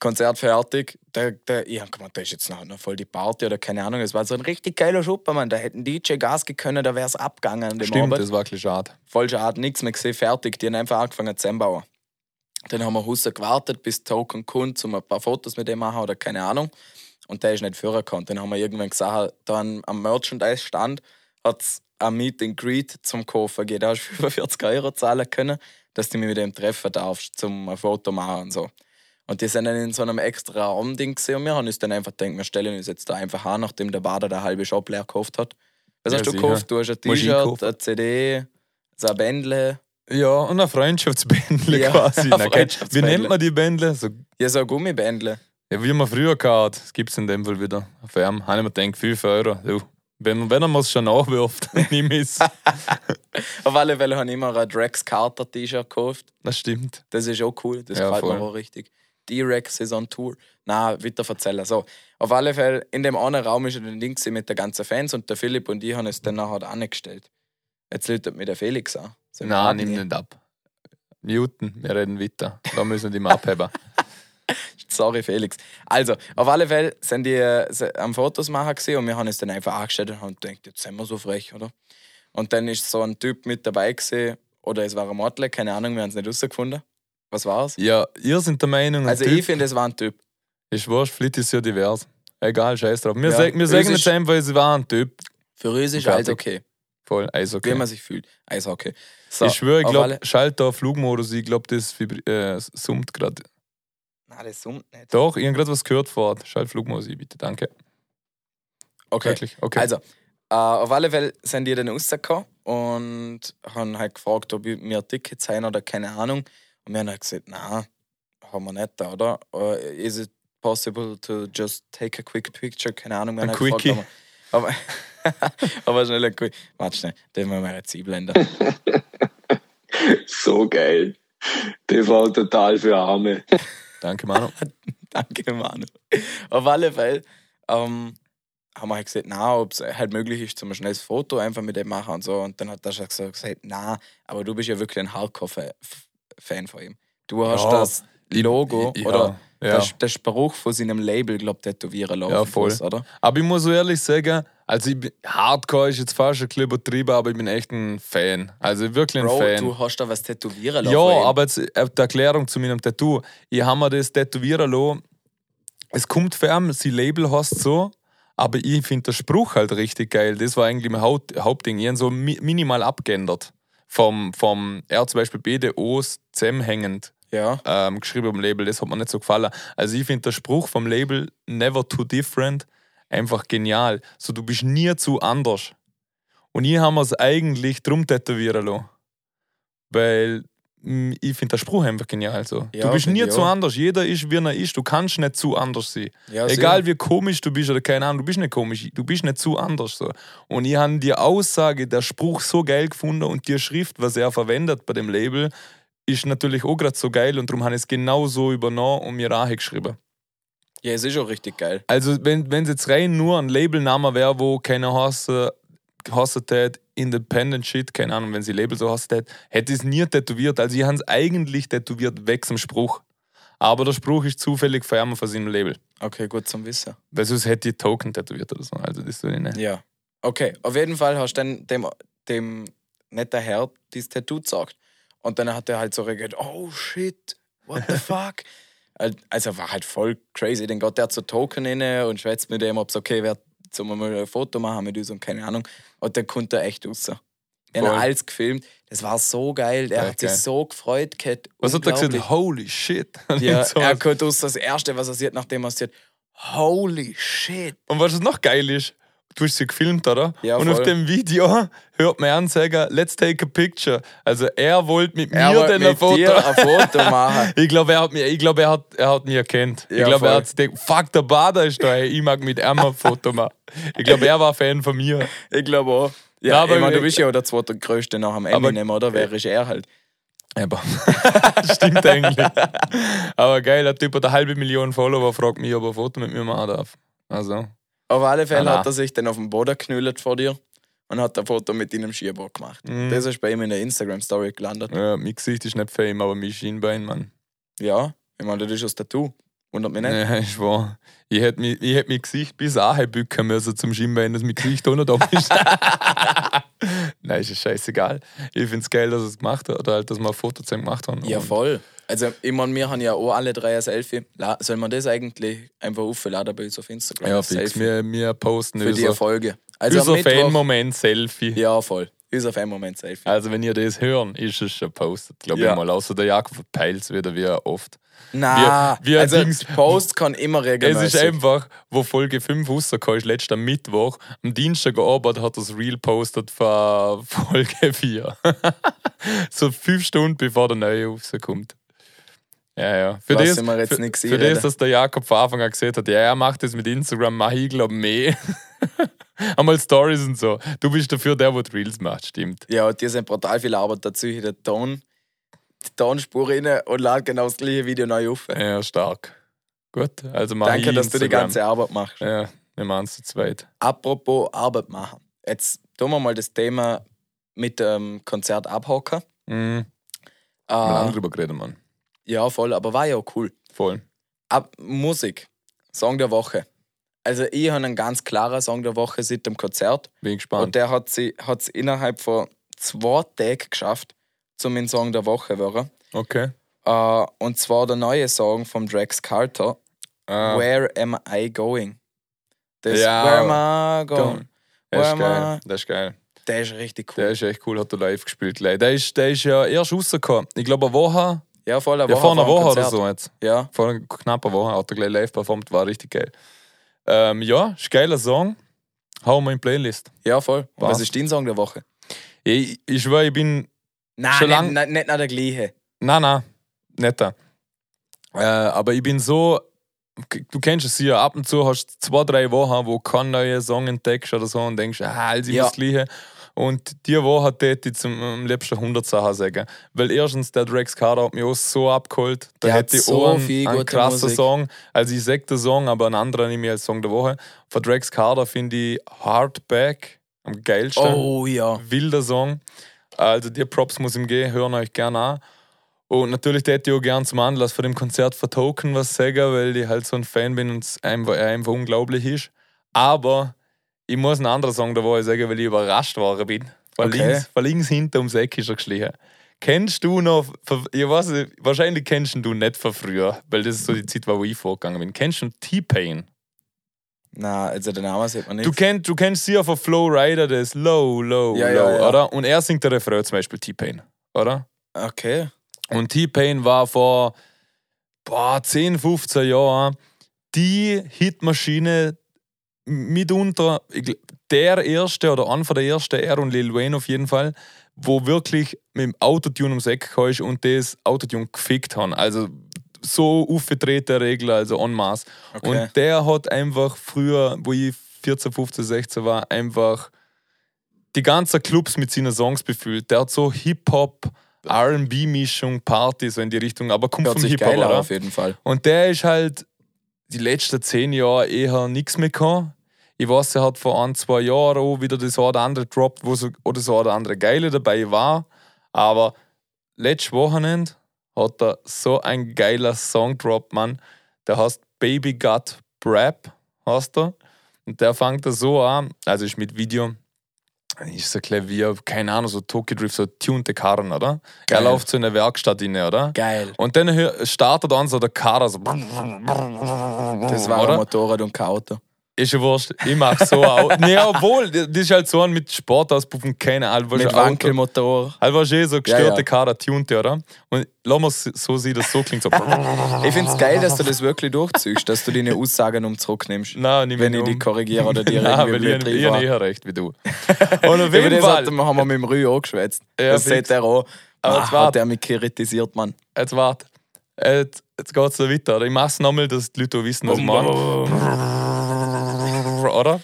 [SPEAKER 1] Konzert fertig, da, da, ich hab gemeint, da ist jetzt noch, noch voll die Party oder keine Ahnung. Es war so ein richtig geiler Schupper, Mann. Da hätten DJ Gas gekönnt, da wär's abgegangen an dem
[SPEAKER 2] Stimmt,
[SPEAKER 1] Abend.
[SPEAKER 2] das war ein bisschen schade.
[SPEAKER 1] voll schade, nichts mehr gesehen, fertig. Die haben einfach angefangen zu bauen. Dann haben wir Husser gewartet, bis Token kommt, um ein paar Fotos mit dem machen oder keine Ahnung. Und der ist nicht führen gekommen. Dann haben wir irgendwann gesagt, dann am Merchandise-Stand hat es ein Meet and Greet zum Koffer geht. Da hast du über 40 Euro zahlen können, dass du mich mit dem treffen darfst, zum ein Foto machen und so. Und die sind dann in so einem extra Raum-Ding gesehen und wir haben uns dann einfach gedacht, wir stellen uns jetzt da einfach an, nachdem der Bader der halbe Shop leer gekauft hat. Was
[SPEAKER 2] Ja,
[SPEAKER 1] hast du
[SPEAKER 2] sicher.
[SPEAKER 1] gekauft? Du hast ein
[SPEAKER 2] Musst
[SPEAKER 1] T-Shirt,
[SPEAKER 2] einkaufen.
[SPEAKER 1] eine CD, so ein Bändle.
[SPEAKER 2] Ja, und ein Freundschaftsbändle
[SPEAKER 1] Ja,
[SPEAKER 2] quasi.
[SPEAKER 1] ein
[SPEAKER 2] Na, gell? Wie
[SPEAKER 1] Freundschaftsbändle.
[SPEAKER 2] nennt man die Bändle? So,
[SPEAKER 1] Ja, so ein Gummibändle.
[SPEAKER 2] ja, wie man früher gehabt, das gibt es in dem Fall wieder. Auf Erm, habe ich mir gedacht, 5 Euro. Du, wenn, wenn er mir es schon nachwirft, nimm es.
[SPEAKER 1] Auf alle Fälle habe ich immer ein Drex Carter T-Shirt gekauft.
[SPEAKER 2] Das stimmt.
[SPEAKER 1] Das ist auch cool. Das
[SPEAKER 2] Ja,
[SPEAKER 1] gefällt mir
[SPEAKER 2] voll.
[SPEAKER 1] auch richtig. D-Rex ist on Tour. Na, wieder erzählen. So, auf alle Fälle, in dem anderen Raum ist ein Ding gewesen mit den ganzen Fans und der Philipp und ich haben es dann nachher angestellt. Jetzt läutet mir der Felix an. So im
[SPEAKER 2] Nein, nimm
[SPEAKER 1] Abend.
[SPEAKER 2] nicht ab. Newton, wir reden weiter. Da müssen die mal abheben.
[SPEAKER 1] Sorry, Felix. Also, auf alle Fälle sind die äh, se- am Fotos machen gewesen und wir haben es dann einfach angestellt und haben gedacht, jetzt sind wir so frech, oder? Und dann ist so ein Typ mit dabei gewesen, oder es war ein Mordler, keine Ahnung, wir haben es nicht rausgefunden. Was war es?
[SPEAKER 2] Ja, ihr sind der Meinung, ein
[SPEAKER 1] Also,
[SPEAKER 2] Typ,
[SPEAKER 1] ich finde, es war ein Typ.
[SPEAKER 2] ist wurscht, Flit ist ja divers. Egal, scheiß drauf. Wir,
[SPEAKER 1] Ja,
[SPEAKER 2] sag, wir
[SPEAKER 1] es
[SPEAKER 2] sagen
[SPEAKER 1] ist-
[SPEAKER 2] jetzt einfach, es war ein Typ.
[SPEAKER 1] Für uns ist
[SPEAKER 2] Fertig.
[SPEAKER 1] alles okay,
[SPEAKER 2] Voll, also
[SPEAKER 1] wie
[SPEAKER 2] okay.
[SPEAKER 1] man sich fühlt. Eishockey. So,
[SPEAKER 2] ich schwöre, ich
[SPEAKER 1] auf
[SPEAKER 2] glaube,
[SPEAKER 1] alle-
[SPEAKER 2] schalt da Flugmodus, ich glaube, das vibri- äh, summt gerade.
[SPEAKER 1] Nein, das summt nicht.
[SPEAKER 2] Doch, ich habe gerade was gehört vor Ort. Schalt Flugmodus ein, bitte, danke.
[SPEAKER 1] Okay.
[SPEAKER 2] Wirklich? Okay.
[SPEAKER 1] Also, äh, auf alle Fälle sind die dann rausgekommen und haben halt gefragt, ob ich mir Tickets haben oder keine Ahnung. Und wir haben halt gesagt, na, haben wir nicht da, oder? Or is it possible to just take a quick picture? Keine Ahnung, wir haben
[SPEAKER 2] Ein
[SPEAKER 1] halt gefragt,
[SPEAKER 2] Quickie.
[SPEAKER 1] ob wir- aber, aber schnell ein Quickie. Warte schnell, den müssen wir jetzt einblenden.
[SPEAKER 3] So geil. Das war total für Arme.
[SPEAKER 2] Danke, Manu.
[SPEAKER 1] Danke, Manu. Auf alle Fälle ähm, haben wir halt gesagt, na, ob es halt möglich ist, zum schnelles Foto einfach mit dem machen und so. Und dann hat der schon so gesagt, na, aber du bist ja wirklich ein Hardcore-Fan von ihm. Du hast
[SPEAKER 2] Ja,
[SPEAKER 1] das Logo
[SPEAKER 2] ja,
[SPEAKER 1] oder
[SPEAKER 2] ja.
[SPEAKER 1] Das, der Spruch von seinem Label, glaub tätowieren lassen.
[SPEAKER 2] Ja, voll.
[SPEAKER 1] oder?
[SPEAKER 2] Aber ich muss so ehrlich sagen, also ich bin, Hardcore ist jetzt fast ein bisschen übertrieben, aber ich bin echt ein Fan. Also wirklich ein
[SPEAKER 1] Bro,
[SPEAKER 2] Fan.
[SPEAKER 1] du hast da was tätowieren lassen.
[SPEAKER 2] Ja,
[SPEAKER 1] von ihm.
[SPEAKER 2] aber jetzt äh, die Erklärung zu meinem Tattoo. Ich habe mir das tätowieren lassen. Es kommt fern, sie Label hast so, aber ich finde den Spruch halt richtig geil. Das war eigentlich mein Haupt Hauptding. Ich habe so mi minimal abgeändert. Vom, vom er zum Beispiel BDOs zusammenhängend
[SPEAKER 1] Ja,
[SPEAKER 2] ähm, geschrieben am Label. Das hat mir nicht so gefallen. Also ich finde den Spruch vom Label Never Too Different einfach genial. So du bist nie zu anders. Und hier haben wir es eigentlich drum tätowieren lassen. Weil mm, ich finde den Spruch einfach genial. So.
[SPEAKER 1] Ja,
[SPEAKER 2] du bist
[SPEAKER 1] find
[SPEAKER 2] nie
[SPEAKER 1] ich
[SPEAKER 2] zu
[SPEAKER 1] auch.
[SPEAKER 2] anders. Jeder ist, wie er ist. Du kannst nicht zu anders sein.
[SPEAKER 1] ja
[SPEAKER 2] Egal
[SPEAKER 1] sicher.
[SPEAKER 2] wie komisch du bist oder keine Ahnung, du bist nicht komisch, du bist nicht zu anders. So. Und ich habe die Aussage, der Spruch so geil gefunden und die Schrift, was er verwendet bei dem Label, ist natürlich auch gerade so geil und darum habe ich es genau so übernommen und mir angeschrieben.
[SPEAKER 1] Ja, es ist schon richtig geil.
[SPEAKER 2] Also, wenn es jetzt rein nur ein Labelname wäre, wo keine Hasse gehasst hat, Independent Shit, keine Ahnung, wenn sie Label so hasst hat, hätte ich es nie tätowiert. Also, ich habe es eigentlich tätowiert, weg zum Spruch. Aber der Spruch ist zufällig verärmert von seinem Label.
[SPEAKER 1] Okay, gut zum Wissen.
[SPEAKER 2] Weil sonst hätte ich Token tätowiert oder so. Also das will ich nicht.
[SPEAKER 1] Ja. Okay, auf jeden Fall hast du dann dem, dem netten Herr dieses Tattoo gesagt. Und dann hat er halt so reagiert, oh shit, what the fuck? Al- Also war halt voll crazy. Dann geht der zu Token inne und schwätzt mit dem, ob es okay wäre, zum mal ein Foto machen mit uns und keine Ahnung. Und dann kommt er echt raus. Er hat
[SPEAKER 2] Voll.
[SPEAKER 1] alles gefilmt. Das war so geil. Er
[SPEAKER 2] Ja,
[SPEAKER 1] hat sich
[SPEAKER 2] geil.
[SPEAKER 1] so gefreut. Kat.
[SPEAKER 2] Was hat er
[SPEAKER 1] Unglaublich.
[SPEAKER 2] gesagt? Holy shit.
[SPEAKER 1] Ja,
[SPEAKER 2] So
[SPEAKER 1] er
[SPEAKER 2] was.
[SPEAKER 1] kommt aus das Erste, was er sieht, nachdem er sieht, Holy shit.
[SPEAKER 2] Und was noch geil ist, du hast sie gefilmt, oder?
[SPEAKER 1] Ja,
[SPEAKER 2] und auf
[SPEAKER 1] voll.
[SPEAKER 2] dem Video hört man an sagen, let's take a picture. Also er wollte mit
[SPEAKER 1] Er
[SPEAKER 2] mir
[SPEAKER 1] wollte
[SPEAKER 2] denn ein
[SPEAKER 1] mit
[SPEAKER 2] Foto.
[SPEAKER 1] dir ein Foto machen.
[SPEAKER 2] ich glaube, er hat mich, ich glaube, er hat, er hat mich erkannt. ich
[SPEAKER 1] Ja,
[SPEAKER 2] glaube, er
[SPEAKER 1] voll.
[SPEAKER 2] hat sich gedacht, fuck, der Bader ist da, ey, ich mag mit ihm ein Foto machen. Ich glaube, er war Fan von mir.
[SPEAKER 1] Ich glaube auch. Ja,
[SPEAKER 2] Nein,
[SPEAKER 1] aber
[SPEAKER 2] aber
[SPEAKER 1] ich meine, du
[SPEAKER 2] ich-
[SPEAKER 1] bist ja auch der zweite Größte nach dem
[SPEAKER 2] Aber-
[SPEAKER 1] Eminem, oder? Wer ist er halt?
[SPEAKER 2] Aber stimmt eigentlich. Aber geil, der Typ hat eine halbe Million Follower, fragt mich, ob er ein Foto mit mir machen darf. Also,
[SPEAKER 1] Auf alle Fälle
[SPEAKER 2] Ah,
[SPEAKER 1] hat er sich dann auf den Boden geknüllt vor dir und hat ein Foto mit deinem Skiboard gemacht.
[SPEAKER 2] Mhm.
[SPEAKER 1] Das ist bei ihm in der Instagram-Story gelandet.
[SPEAKER 2] ja, mein Gesicht ist nicht fame, aber mein Schienbein, Mann.
[SPEAKER 1] Ja, ich meine, das ist das Tattoo. Wundert mich nicht.
[SPEAKER 2] Ja, ist wahr. Ich hätte mich, ich hätt mein Gesicht bis anbücken müssen zum Schienbein, dass mein Gesicht auch noch da ist. Nein, ist ja scheißegal. Ich finde es geil, dass er es gemacht hat, oder halt, dass wir ein Foto zusammen gemacht haben.
[SPEAKER 1] Ja,
[SPEAKER 2] Und-
[SPEAKER 1] voll. Also, ich meine, wir haben ja auch alle drei ein Selfie. La soll man das eigentlich einfach aufladen bei uns auf Instagram?
[SPEAKER 2] Ja,
[SPEAKER 1] Ein
[SPEAKER 2] fix.
[SPEAKER 1] Selfie
[SPEAKER 2] Wir, wir posten
[SPEAKER 1] für die
[SPEAKER 2] unser,
[SPEAKER 1] Folge. Also, am
[SPEAKER 2] unser
[SPEAKER 1] Mittwoch.
[SPEAKER 2] Fan-Moment-Selfie.
[SPEAKER 1] Ja, voll. Unser Fan-Moment-Selfie.
[SPEAKER 2] Also, wenn ihr das hören, ist es schon postet, glaube
[SPEAKER 1] Ja.
[SPEAKER 2] ich mal. Außer der Jakob verpeilt es wieder, wie er oft.
[SPEAKER 1] Na,
[SPEAKER 2] wir
[SPEAKER 1] also,
[SPEAKER 2] Dings-
[SPEAKER 1] Post kann immer
[SPEAKER 2] Es
[SPEAKER 1] regelmäßig.
[SPEAKER 2] ist einfach, wo Folge 5 rausgekommen ist, letzten Mittwoch, am Dienstag Abend hat das Reel postet von Folge 4. so fünf Stunden bevor der neue rauskommt. Ja, ja. Für
[SPEAKER 1] Lass
[SPEAKER 2] das,
[SPEAKER 1] ihn mir jetzt
[SPEAKER 2] für,
[SPEAKER 1] nicht
[SPEAKER 2] für das,
[SPEAKER 1] reden.
[SPEAKER 2] dass der Jakob von Anfang an gesehen hat, ja, er macht das mit Instagram, mach ich, glaube mehr. Einmal Stories und so. Du bist dafür der, der die Reels macht, stimmt.
[SPEAKER 1] Ja, und die sind brutal viel Arbeit dazu. Ich den Ton, die Tonspur rein und lade genau das gleiche Video neu auf.
[SPEAKER 2] Ja, stark. Gut, also mach
[SPEAKER 1] Danke,
[SPEAKER 2] ich
[SPEAKER 1] dass du die
[SPEAKER 2] Instagram.
[SPEAKER 1] ganze Arbeit machst.
[SPEAKER 2] Ja, wir machen es zu zweit.
[SPEAKER 1] Apropos Arbeit machen. Jetzt tun wir mal das Thema mit dem Konzert abhocken.
[SPEAKER 2] Mhm. Mal
[SPEAKER 1] Äh,
[SPEAKER 2] lang drüber geredet, Mann.
[SPEAKER 1] ja, voll, aber war ja auch cool.
[SPEAKER 2] Voll.
[SPEAKER 1] Ab Musik, Song der Woche. Also ich habe einen ganz klaren Song der Woche seit dem Konzert
[SPEAKER 2] Bin
[SPEAKER 1] und
[SPEAKER 2] gespannt.
[SPEAKER 1] der hat sie hat's innerhalb von zwei Tagen geschafft, zum in Song der Woche zu werden.
[SPEAKER 2] Okay.
[SPEAKER 1] Äh, und zwar der neue Song von Drax Carter,
[SPEAKER 2] Ah,
[SPEAKER 1] Where Am I Going? Das
[SPEAKER 2] Ja.
[SPEAKER 1] Where Am I Going?
[SPEAKER 2] der ist
[SPEAKER 1] Where am
[SPEAKER 2] geil. Der ist geil.
[SPEAKER 1] I? Der ist richtig
[SPEAKER 2] Der
[SPEAKER 1] cool.
[SPEAKER 2] ist echt cool, hat er live gespielt. gleich. Der ist, der ist ja erst rausgekommen. Ich glaube, eine Woche.
[SPEAKER 1] Ja, voll,
[SPEAKER 2] ja, vor einer
[SPEAKER 1] vor dem
[SPEAKER 2] Woche oder
[SPEAKER 1] Konzert.
[SPEAKER 2] so jetzt.
[SPEAKER 1] Ja,
[SPEAKER 2] Vor einer knappen Woche hat er gleich live performt. War richtig geil. Ähm, ja, ist geiler Song. Hau mal in die Playlist.
[SPEAKER 1] ja, voll. Und
[SPEAKER 2] Was?
[SPEAKER 1] Was ist dein Song der Woche?
[SPEAKER 2] Ich, ich schwöre, ich bin
[SPEAKER 1] Nein,
[SPEAKER 2] Schon
[SPEAKER 1] nicht,
[SPEAKER 2] lang-
[SPEAKER 1] nicht, nicht nach der gleiche.
[SPEAKER 2] Nein, nein, nicht da. Äh, aber ich bin so. Du kennst es ja, ab und zu hast du zwei, drei Wochen, wo kein neuer Song entdeckst oder so und denkst, ah, alles
[SPEAKER 1] Ja.
[SPEAKER 2] ja. das Gleiche. Und die Woche hätte ich zum am liebsten 100 Sachen sagen. Weil erstens, der Drex Carter hat mich auch so abgeholt. Da
[SPEAKER 1] Der hat
[SPEAKER 2] hätte ich
[SPEAKER 1] so
[SPEAKER 2] auch einen,
[SPEAKER 1] viel
[SPEAKER 2] einen
[SPEAKER 1] gute
[SPEAKER 2] krassen
[SPEAKER 1] Musik.
[SPEAKER 2] Song. Also ich sag den Song, aber einen anderen nehme ich als Song der Woche. Von Drex Carter finde ich Hardback am geilsten
[SPEAKER 1] Oh ja.
[SPEAKER 2] wilder Song. Also dir Props muss ihm gehen, hören euch gerne an. Und natürlich hätte ich auch gern zum Anlass von dem Konzert von Token was sagen, weil ich halt so ein Fan bin und es einfach, er einfach unglaublich ist. Aber ich muss einen anderen Song da ich sagen, weil ich überrascht worden bin. Von,
[SPEAKER 1] Okay.
[SPEAKER 2] links, von links hinter ums Eck ist er geschlichen. Kennst du noch, von- ich weiß, nicht, wahrscheinlich kennst ihn du nicht von früher, weil das ist so die Zeit, wo ich vorgegangen bin. Kennst du den T-Pain?
[SPEAKER 1] Na, also der Name sieht man nicht.
[SPEAKER 2] Du, kennt, du kennst sie ja von Flow Rider, das Low, Low,
[SPEAKER 1] Ja,
[SPEAKER 2] Low,
[SPEAKER 1] ja, ja.
[SPEAKER 2] oder? Und er singt der Refrain zum Beispiel T-Pain, oder?
[SPEAKER 1] okay.
[SPEAKER 2] Und T-Pain war vor boah, 10, 15 Jahren die Hitmaschine mitunter, ich gl- der erste oder einer von der ersten, er und Lil Wayne auf jeden Fall, wo wirklich mit dem Autotune ums Eck gekommen ist und das Autotune gefickt haben. Also so aufgedrehte Regler, also en masse.
[SPEAKER 1] Okay.
[SPEAKER 2] Und der hat einfach früher, wo ich 14, 15, 16 war, einfach die ganzen Clubs mit seinen Songs befüllt. Der hat so Hip-Hop, RB-Mischung, Party, so in die Richtung, aber kommt
[SPEAKER 1] Hört
[SPEAKER 2] vom
[SPEAKER 1] sich
[SPEAKER 2] Hip-Hop,
[SPEAKER 1] geil an,
[SPEAKER 2] oder?
[SPEAKER 1] auf jeden Fall.
[SPEAKER 2] Und der ist halt die letzten zehn Jahre eher nichts mehr gehabt. Ich weiß, er hat vor ein, zwei Jahren auch wieder das eine oder andere gedroppt, wo so, oder so oder andere Geile dabei war. Aber letztes Wochenende hat er so ein geiler Song gedroppt, Mann. Der heißt Baby Gut Rap, heißt er. Und der fängt da so an, also ist mit Video. Ist so Klavier, keine Ahnung, so Tokyo Drift, so tunte Karren, oder?
[SPEAKER 1] Geil.
[SPEAKER 2] Er läuft so in der Werkstatt rein, oder?
[SPEAKER 1] Geil.
[SPEAKER 2] Und dann hör- startet dann so der Kader so.
[SPEAKER 1] Das war
[SPEAKER 2] Oder?
[SPEAKER 1] ein Motorrad und kein Auto.
[SPEAKER 2] Ist ja wurscht, ich mach so auch. Nee, obwohl, das ist halt so ein mit Sportauspuffen, keine Ahnung.
[SPEAKER 1] Mit Wankelmotor.
[SPEAKER 2] Halt war eh so gestörte
[SPEAKER 1] Ja, ja.
[SPEAKER 2] Kader tunte, oder? Und lass mal so sehen, das so klingt so.
[SPEAKER 1] Ich finde es geil, dass du das wirklich durchziehst, dass du deine Aussagen um zurücknimmst.
[SPEAKER 2] Nein, nicht
[SPEAKER 1] wenn ich
[SPEAKER 2] um.
[SPEAKER 1] die korrigiere oder dir
[SPEAKER 2] Nein,
[SPEAKER 1] irgendwie
[SPEAKER 2] weil ich,
[SPEAKER 1] blöd
[SPEAKER 2] ich, ich
[SPEAKER 1] rein war.
[SPEAKER 2] habe eher recht wie du. Und auf
[SPEAKER 1] Über
[SPEAKER 2] jeden
[SPEAKER 1] das
[SPEAKER 2] Fall,
[SPEAKER 1] hatten wir- haben wir mit dem Rü auch geschwätzt.
[SPEAKER 2] Ja,
[SPEAKER 1] das
[SPEAKER 2] fix.
[SPEAKER 1] sieht er auch.
[SPEAKER 2] Aber
[SPEAKER 1] Ah,
[SPEAKER 2] es war-
[SPEAKER 1] hat er mich kritisiert, Mann.
[SPEAKER 2] jetzt warte, jetzt, jetzt geht es so weiter. Oder? Ich mach's nochmal, dass die Leute auch wissen, was ich mache. Oder?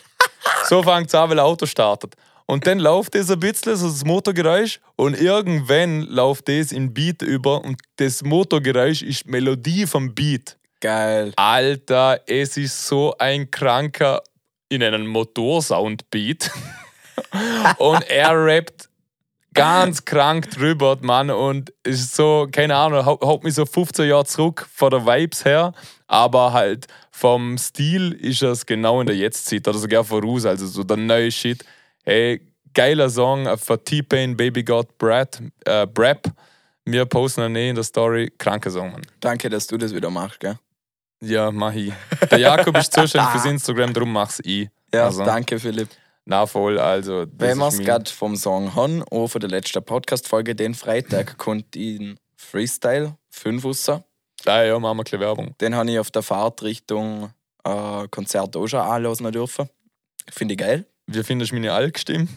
[SPEAKER 2] So fängt es an, weil ein Auto startet. Und dann läuft das ein bisschen, so das Motorgeräusch, und irgendwann läuft das in Beat über und das Motorgeräusch ist die Melodie vom Beat.
[SPEAKER 1] Geil.
[SPEAKER 2] Alter, es ist so ein kranker in einen Motorsoundbeat. und er rappt ganz krank drüber, Mann. Und es ist so, keine Ahnung, hau- haut mich so 15 Jahre zurück von der Vibes her. Aber halt vom Stil ist es genau in der Jetztzeit oder sogar voraus. Also so der neue Shit. Hey, geiler Song äh, von T-Pain, Baby Got Brad, äh, Brap. Wir posten ihn eh in der Story. Kranker Song, Mann.
[SPEAKER 1] Danke, dass du das wieder machst, gell?
[SPEAKER 2] Ja, mach ich. Der Jakob ist zuständig fürs Instagram, darum mach's ich.
[SPEAKER 1] Ja,
[SPEAKER 2] also,
[SPEAKER 1] danke, Philipp.
[SPEAKER 2] Na voll, also. das
[SPEAKER 1] Wenn wir
[SPEAKER 2] ist
[SPEAKER 1] es
[SPEAKER 2] mein-
[SPEAKER 1] gerade vom Song haben, auch von der letzten Podcast-Folge, den Freitag, kommt in Freestyle 5 raus.
[SPEAKER 2] Ah ja, machen wir ein bisschen Werbung.
[SPEAKER 1] Den habe ich auf der Fahrt Richtung äh, Konzert auch schon anlassen dürfen. Finde ich geil,
[SPEAKER 2] Wie findest du meine Altstimme?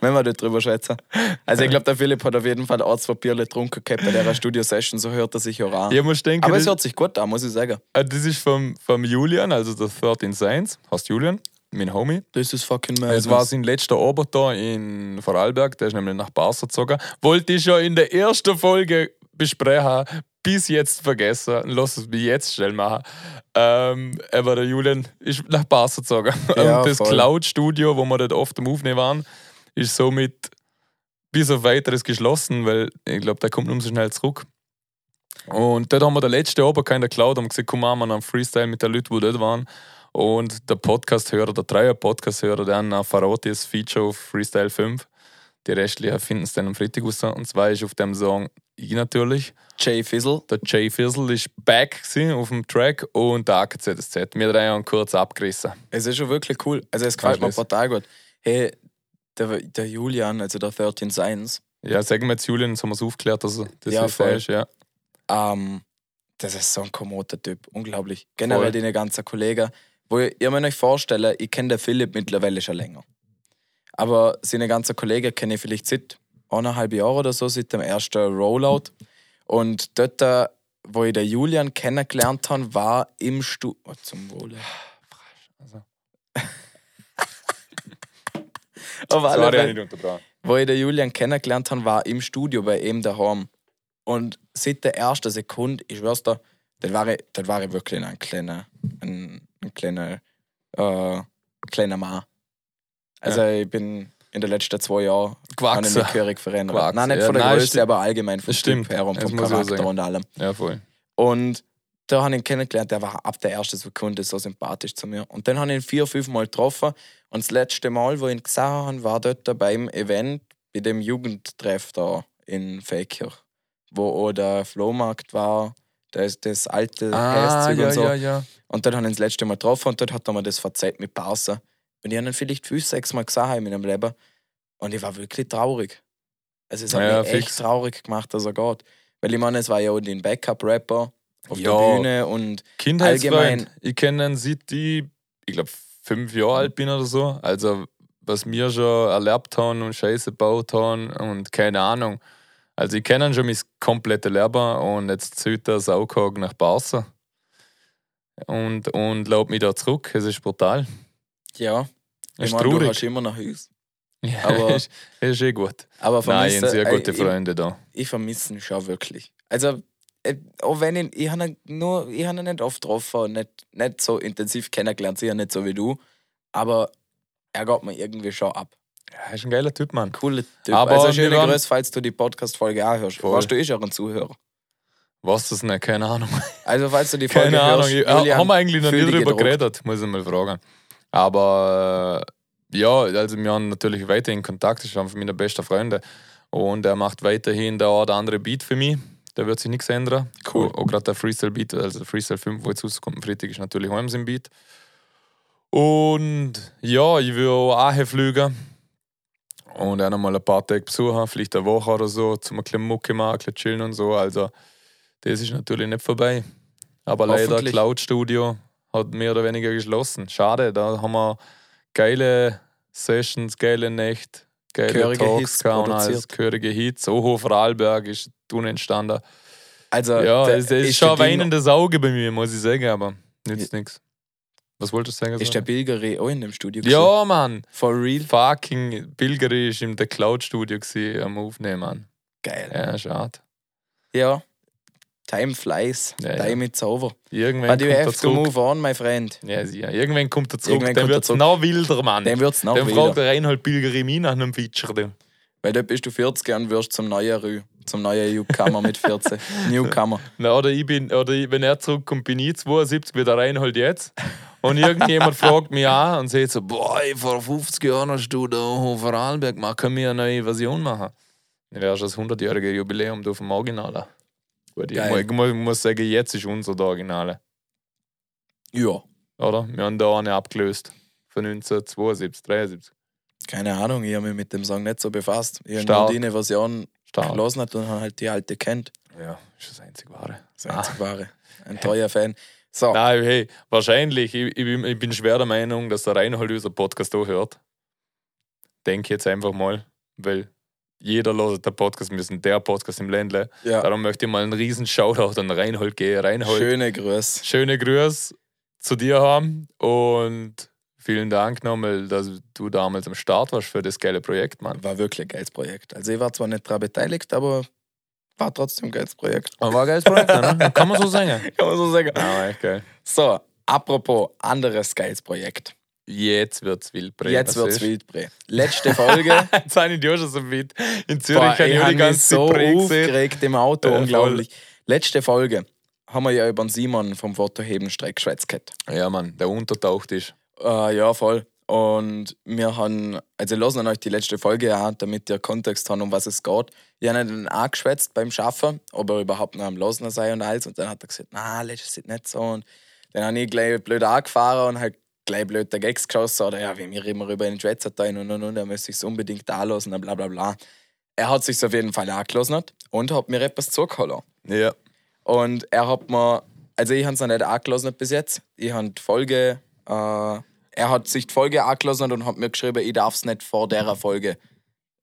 [SPEAKER 1] wenn wir dort drüber schätzen. Also ich glaube, der Philipp hat auf jeden Fall auch zwei Bierle getrunken gehabt bei der Studio-Session, so hört er sich auch an.
[SPEAKER 2] Ich muss denken,
[SPEAKER 1] Ah. Aber
[SPEAKER 2] das,
[SPEAKER 1] es hört sich gut an, muss ich sagen.
[SPEAKER 2] äh, das ist vom, vom Julian, also der 13 Science. Hast Julian, mein Homie.
[SPEAKER 1] Das ist fucking mad.
[SPEAKER 2] Es war sein letzter Abend da in Vorarlberg, der ist nämlich nach Barca gezogen. Wollte ich ja in der ersten Folge besprechen, bis jetzt vergessen. Lass es mich jetzt schnell machen. Ähm, aber der Julian ist nach Barca gezogen.
[SPEAKER 1] Ja,
[SPEAKER 2] Und das
[SPEAKER 1] voll.
[SPEAKER 2] Cloud-Studio, wo wir dort oft am Aufnehmen waren, ist somit bis auf weiteres geschlossen, weil ich glaube, der kommt umso schnell zurück. Und dort haben wir den letzten Abend keinen der Cloud, haben gesagt, komm mal einen Freestyle mit den Leuten, die dort waren. Und der Podcast-Hörer, der Dreier-Podcast-Hörer, der hat verrate das Feature auf Freestyle 5. Die restlichen finden es dann am Freitag raus. Und zwar ist auf dem Song ich natürlich.
[SPEAKER 1] Jay Fizzle.
[SPEAKER 2] Der Jay Fizzle ist back gewesen auf dem Track und der AKZSZ. Wir drei haben kurz abgerissen.
[SPEAKER 1] Es ist schon wirklich cool. Also es gefällt mir
[SPEAKER 2] Anschluss.
[SPEAKER 1] total gut. Hey, der, der Julian, also der 13 Science,
[SPEAKER 2] Ja, sagen wir jetzt Julian, jetzt haben wir es aufgeklärt, dass er das
[SPEAKER 1] Ja,
[SPEAKER 2] ist der
[SPEAKER 1] voll.
[SPEAKER 2] ist. Ja.
[SPEAKER 1] ähm, das ist so ein kommoder Typ. Unglaublich. Generell
[SPEAKER 2] Voll.
[SPEAKER 1] den ganzen Kollegen. Wo ihr, ihr müsst euch vorstellen, ich kenne den Philipp mittlerweile schon länger. Aber seine ganzen Kollegen kenne ich vielleicht seit eineinhalb Jahren oder so, seit dem ersten Rollout. Und dort, äh, wo ich den Julian kennengelernt habe, war im Stu... Oh, zum Wohle.
[SPEAKER 2] Also.
[SPEAKER 1] Auf alle
[SPEAKER 2] Sorry,
[SPEAKER 1] Fälle.
[SPEAKER 2] habe ich nicht unterbrochen.
[SPEAKER 1] wo ich den Julian kennengelernt habe, war im Studio bei ihm daheim. Und seit der ersten Sekunde, ich schwör's dir, das war, ich- das war ich wirklich ein kleiner, ein, ein kleiner, äh, kleiner Mann. Also ich bin in den letzten zwei Jahren an den
[SPEAKER 2] Gewachsen.
[SPEAKER 1] Körig verändert.
[SPEAKER 2] Quackser.
[SPEAKER 1] Nein, nicht von der
[SPEAKER 2] Ja, nein,
[SPEAKER 1] Größe,
[SPEAKER 2] stimmt.
[SPEAKER 1] aber allgemein vom
[SPEAKER 2] Das stimmt.
[SPEAKER 1] Typ her und
[SPEAKER 2] Das
[SPEAKER 1] vom
[SPEAKER 2] muss ich auch
[SPEAKER 1] Charakter
[SPEAKER 2] sagen.
[SPEAKER 1] und allem.
[SPEAKER 2] Ja, voll.
[SPEAKER 1] Und da habe ich ihn kennengelernt, der war ab der ersten Sekunde so sympathisch zu mir. Und dann habe ich ihn vier, fünf Mal getroffen. Und das letzte Mal, wo ich ihn gesehen habe, war dort beim Event, bei dem Jugendtreff da in Feldkirch, wo auch der Flohmarkt war, da ist das alte
[SPEAKER 2] Ah,
[SPEAKER 1] Häuszug
[SPEAKER 2] ja,
[SPEAKER 1] und so.
[SPEAKER 2] ja, ja.
[SPEAKER 1] Und dann habe ich ihn das letzte Mal getroffen und dort hat er mir das verzeiht mit Pause. Und ich habe ihn vielleicht fünf, sechs Mal gesehen in meinem Leben. Und ich war wirklich traurig. Also es hat
[SPEAKER 2] Ja,
[SPEAKER 1] mich
[SPEAKER 2] fix.
[SPEAKER 1] echt traurig gemacht, dass er geht. Weil ich meine, es war ja auch den Backup-Rapper auf
[SPEAKER 2] Ja.
[SPEAKER 1] der Bühne und
[SPEAKER 2] Kindheitsfreund.
[SPEAKER 1] Allgemein-
[SPEAKER 2] Ich kenne ihn seit ich, ich glaube, fünf Jahre alt bin oder so. Also, was wir schon erlebt haben und Scheiße gebaut haben und keine Ahnung. Also, ich kenne ihn schon mein komplettes Leben und jetzt zieht er Saukog nach Barca. Und, und laut mich da zurück. Es ist brutal.
[SPEAKER 1] ja,
[SPEAKER 2] Es
[SPEAKER 1] ich
[SPEAKER 2] ist
[SPEAKER 1] meine, du
[SPEAKER 2] traurig.
[SPEAKER 1] hast immer noch Hüß.
[SPEAKER 2] Ja,
[SPEAKER 1] aber-
[SPEAKER 2] ist, ist eh gut.
[SPEAKER 1] Aber
[SPEAKER 2] Nein, ich
[SPEAKER 1] vermisse-
[SPEAKER 2] habe sehr
[SPEAKER 1] äh,
[SPEAKER 2] gute
[SPEAKER 1] ich-
[SPEAKER 2] Freunde da.
[SPEAKER 1] Ich, vermisse ihn schon wirklich. Also, äh, auch wenn ich, ich habe ihn nur, ich habe ihn nicht oft getroffen und nicht, nicht so intensiv kennengelernt, sicher nicht so wie du. Aber er geht mir irgendwie schon ab.
[SPEAKER 2] Ja, er ist ein geiler Typ, Mann.
[SPEAKER 1] Coole Typ.
[SPEAKER 2] Aber
[SPEAKER 1] also
[SPEAKER 2] wir
[SPEAKER 1] schöne
[SPEAKER 2] waren-
[SPEAKER 1] Grüße, falls du die Podcast-Folge auch hörst.
[SPEAKER 2] Voll.
[SPEAKER 1] Warst du eh schon ein Zuhörer?
[SPEAKER 2] Was das nicht? Keine Ahnung.
[SPEAKER 1] Also falls du die Folge
[SPEAKER 2] Keine Ahnung,
[SPEAKER 1] hörst,
[SPEAKER 2] ich, haben wir eigentlich noch nie
[SPEAKER 1] fühl dich
[SPEAKER 2] drüber
[SPEAKER 1] gedruckt.
[SPEAKER 2] geredet, muss ich mal fragen. Aber äh, ja, also wir haben natürlich weiterhin Kontakt, ich bin einer meiner besten Freunde. Und er macht weiterhin der oder andere Beat für mich. Da wird sich nichts ändern.
[SPEAKER 1] Cool.
[SPEAKER 2] Auch, auch gerade der Freestyle Beat, also der Freestyle 5, wo jetzt rauskommt, am Freitag ist natürlich Holmes im Beat. Und ja, ich will auch hinfliegen. Und auch noch mal ein paar Tage besuchen, vielleicht eine Woche oder so, zum ein bisschen Mucke machen, ein bisschen chillen und so. Also, das ist natürlich nicht vorbei. Aber leider,
[SPEAKER 1] Hoffentlich.
[SPEAKER 2] Cloud Studio hat mehr oder weniger geschlossen. Schade, da haben wir geile Sessions, geile Nächte, geile
[SPEAKER 1] Chörige Hits
[SPEAKER 2] Talks, gehauen, alles
[SPEAKER 1] produziert.
[SPEAKER 2] Chörige Hits. Ohofer Arlberg ist unentstanden.
[SPEAKER 1] Also,
[SPEAKER 2] Ja,
[SPEAKER 1] der-
[SPEAKER 2] das ist, ist
[SPEAKER 1] der
[SPEAKER 2] schon ein
[SPEAKER 1] Ding-
[SPEAKER 2] weinendes Auge bei mir, muss ich sagen, aber nützt nichts. Was wolltest du sagen?
[SPEAKER 1] Ist der Bilgeri auch in dem Studio? gewesen?
[SPEAKER 2] ja, Mann!
[SPEAKER 1] For real?
[SPEAKER 2] Fucking Bilgeri ist im The Cloud Studio gewesen, am Aufnehmen, Mann.
[SPEAKER 1] Geil.
[SPEAKER 2] Ja, schade.
[SPEAKER 1] Ja. Time flies.
[SPEAKER 2] Ja, ja.
[SPEAKER 1] Time is over.
[SPEAKER 2] Irgendwann
[SPEAKER 1] But
[SPEAKER 2] kommt
[SPEAKER 1] you
[SPEAKER 2] er
[SPEAKER 1] have to
[SPEAKER 2] zurück.
[SPEAKER 1] move on, my friend.
[SPEAKER 2] Ja, sicher. Irgendwann kommt er zurück,
[SPEAKER 1] Irgendwann
[SPEAKER 2] dann
[SPEAKER 1] kommt er
[SPEAKER 2] wird es
[SPEAKER 1] zurück.
[SPEAKER 2] noch wilder, Mann.
[SPEAKER 1] Dann wird's noch
[SPEAKER 2] dann
[SPEAKER 1] wieder.
[SPEAKER 2] Mhm. fragt der Reinhold Bilgeri mich nach einem Feature. Du.
[SPEAKER 1] Weil dort bist du 40 und wirst zum neuen Rü, zum neuen Newcomer mit 14. Newcomer.
[SPEAKER 2] Na, oder ich bin, oder ich, wenn er zurückkommt, bin ich 72, wie der Reinhold jetzt. Und irgendjemand fragt mich an und sagt so: Boah, ey, vor 50 Jahren hast du da Hofer Arlberg gemacht, können wir eine neue Version machen? Dann wäre schon das 100-jährige Jubiläum du vom Originalen. Gut, ich
[SPEAKER 1] Geil.
[SPEAKER 2] muss, muss, muss sagen, jetzt ist unser der Originale,
[SPEAKER 1] Ja.
[SPEAKER 2] oder? Wir haben da eine abgelöst. Von 1972, 73.
[SPEAKER 1] Keine Ahnung, ich habe mich mit dem Song nicht so befasst. Ich habe nur
[SPEAKER 2] Stark.
[SPEAKER 1] die eine Version
[SPEAKER 2] Stark.
[SPEAKER 1] gelesen und habe halt die alte kennt.
[SPEAKER 2] Ja, ist das einzig wahre.
[SPEAKER 1] Das ist
[SPEAKER 2] Ah.
[SPEAKER 1] einzig wahre. Ein treuer Fan. So,
[SPEAKER 2] Nein, hey, wahrscheinlich. Ich, ich, bin- ich bin schwer der Meinung, dass der Reinhold unseren Podcast auch hört. Denke jetzt einfach mal, weil jeder loset den Podcast, wir sind der Podcast im Ländle.
[SPEAKER 1] ja.
[SPEAKER 2] Darum möchte ich mal einen riesen Shoutout an Reinhold gehen. Reinhold,
[SPEAKER 1] Schöne Grüße.
[SPEAKER 2] schöne Grüße zu dir haben und vielen Dank nochmal, dass du damals am Start warst für das geile Projekt, Mann.
[SPEAKER 1] War wirklich ein geiles Projekt. Also ich war zwar nicht daran beteiligt, aber war trotzdem ein geiles Projekt.
[SPEAKER 2] War ein geiles Projekt, ne? Kann man so sagen.
[SPEAKER 1] Kann man so sagen.
[SPEAKER 2] Ja, echt geil.
[SPEAKER 1] So, apropos anderes geiles Projekt.
[SPEAKER 2] Jetzt wird's wild, Bre.
[SPEAKER 1] Jetzt
[SPEAKER 2] Was
[SPEAKER 1] wird's
[SPEAKER 2] ist?
[SPEAKER 1] wildbre. Letzte Folge.
[SPEAKER 2] Jetzt sind ich schon so weit. In Zürich
[SPEAKER 1] Boah,
[SPEAKER 2] kann
[SPEAKER 1] ich
[SPEAKER 2] ich auch
[SPEAKER 1] habe
[SPEAKER 2] die
[SPEAKER 1] mich
[SPEAKER 2] ganze
[SPEAKER 1] so
[SPEAKER 2] Zeit Prä gesehen.
[SPEAKER 1] aufgeregt im Auto,
[SPEAKER 2] Äh, voll.
[SPEAKER 1] unglaublich. Letzte Folge haben wir ja über den Simon vom Fotoheben-Streck geschwätzt. gehabt.
[SPEAKER 2] Ja, Mann, der untertaucht ist.
[SPEAKER 1] Äh, ja, voll. Und wir haben, also lassen euch die letzte Folge an, damit ihr Kontext habt, um was es geht. Ich habe ihn dann angeschwätzt beim Schaffen, ob er überhaupt noch am Losen sei und alles. Und dann hat er gesagt, na, letztes ist nicht so. Und dann habe ich gleich blöd angefahren und halt gleich blöd der Gags geschossen. Oder ja, wir reden wir über den Schwätzerteil und und und, er müsste es unbedingt anlassen und bla bla bla. Er hat sich auf jeden Fall angelassen und hat mir etwas zugeholt.
[SPEAKER 2] Ja.
[SPEAKER 1] Und er hat mir, also ich habe es noch nicht angelassen bis jetzt. Ich habe die Folge, äh, er hat sich die Folge angelassen und hat mir geschrieben, ich darf es nicht vor dieser Folge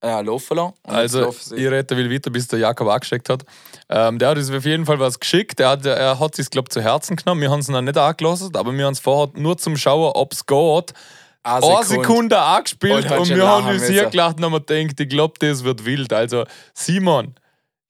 [SPEAKER 1] äh, laufen lassen. Und jetzt
[SPEAKER 2] Also,
[SPEAKER 1] laufe
[SPEAKER 2] ich rette will weiter, bis der Jakob angeschickt hat. Ähm, der hat uns auf jeden Fall was geschickt. Der hat, er hat sich, glaube ich, zu Herzen genommen. Wir haben es noch nicht angelassen, aber wir haben es vorher nur zum Schauen, ob es geht.
[SPEAKER 1] eine Sekunde.
[SPEAKER 2] Eine Sekunde
[SPEAKER 1] Und
[SPEAKER 2] angespielt
[SPEAKER 1] hat
[SPEAKER 2] und,
[SPEAKER 1] schon
[SPEAKER 2] wir haben
[SPEAKER 1] lachen
[SPEAKER 2] uns
[SPEAKER 1] müssen.
[SPEAKER 2] hier gelacht und haben gedacht, ich glaube, das wird wild. Also, Simon,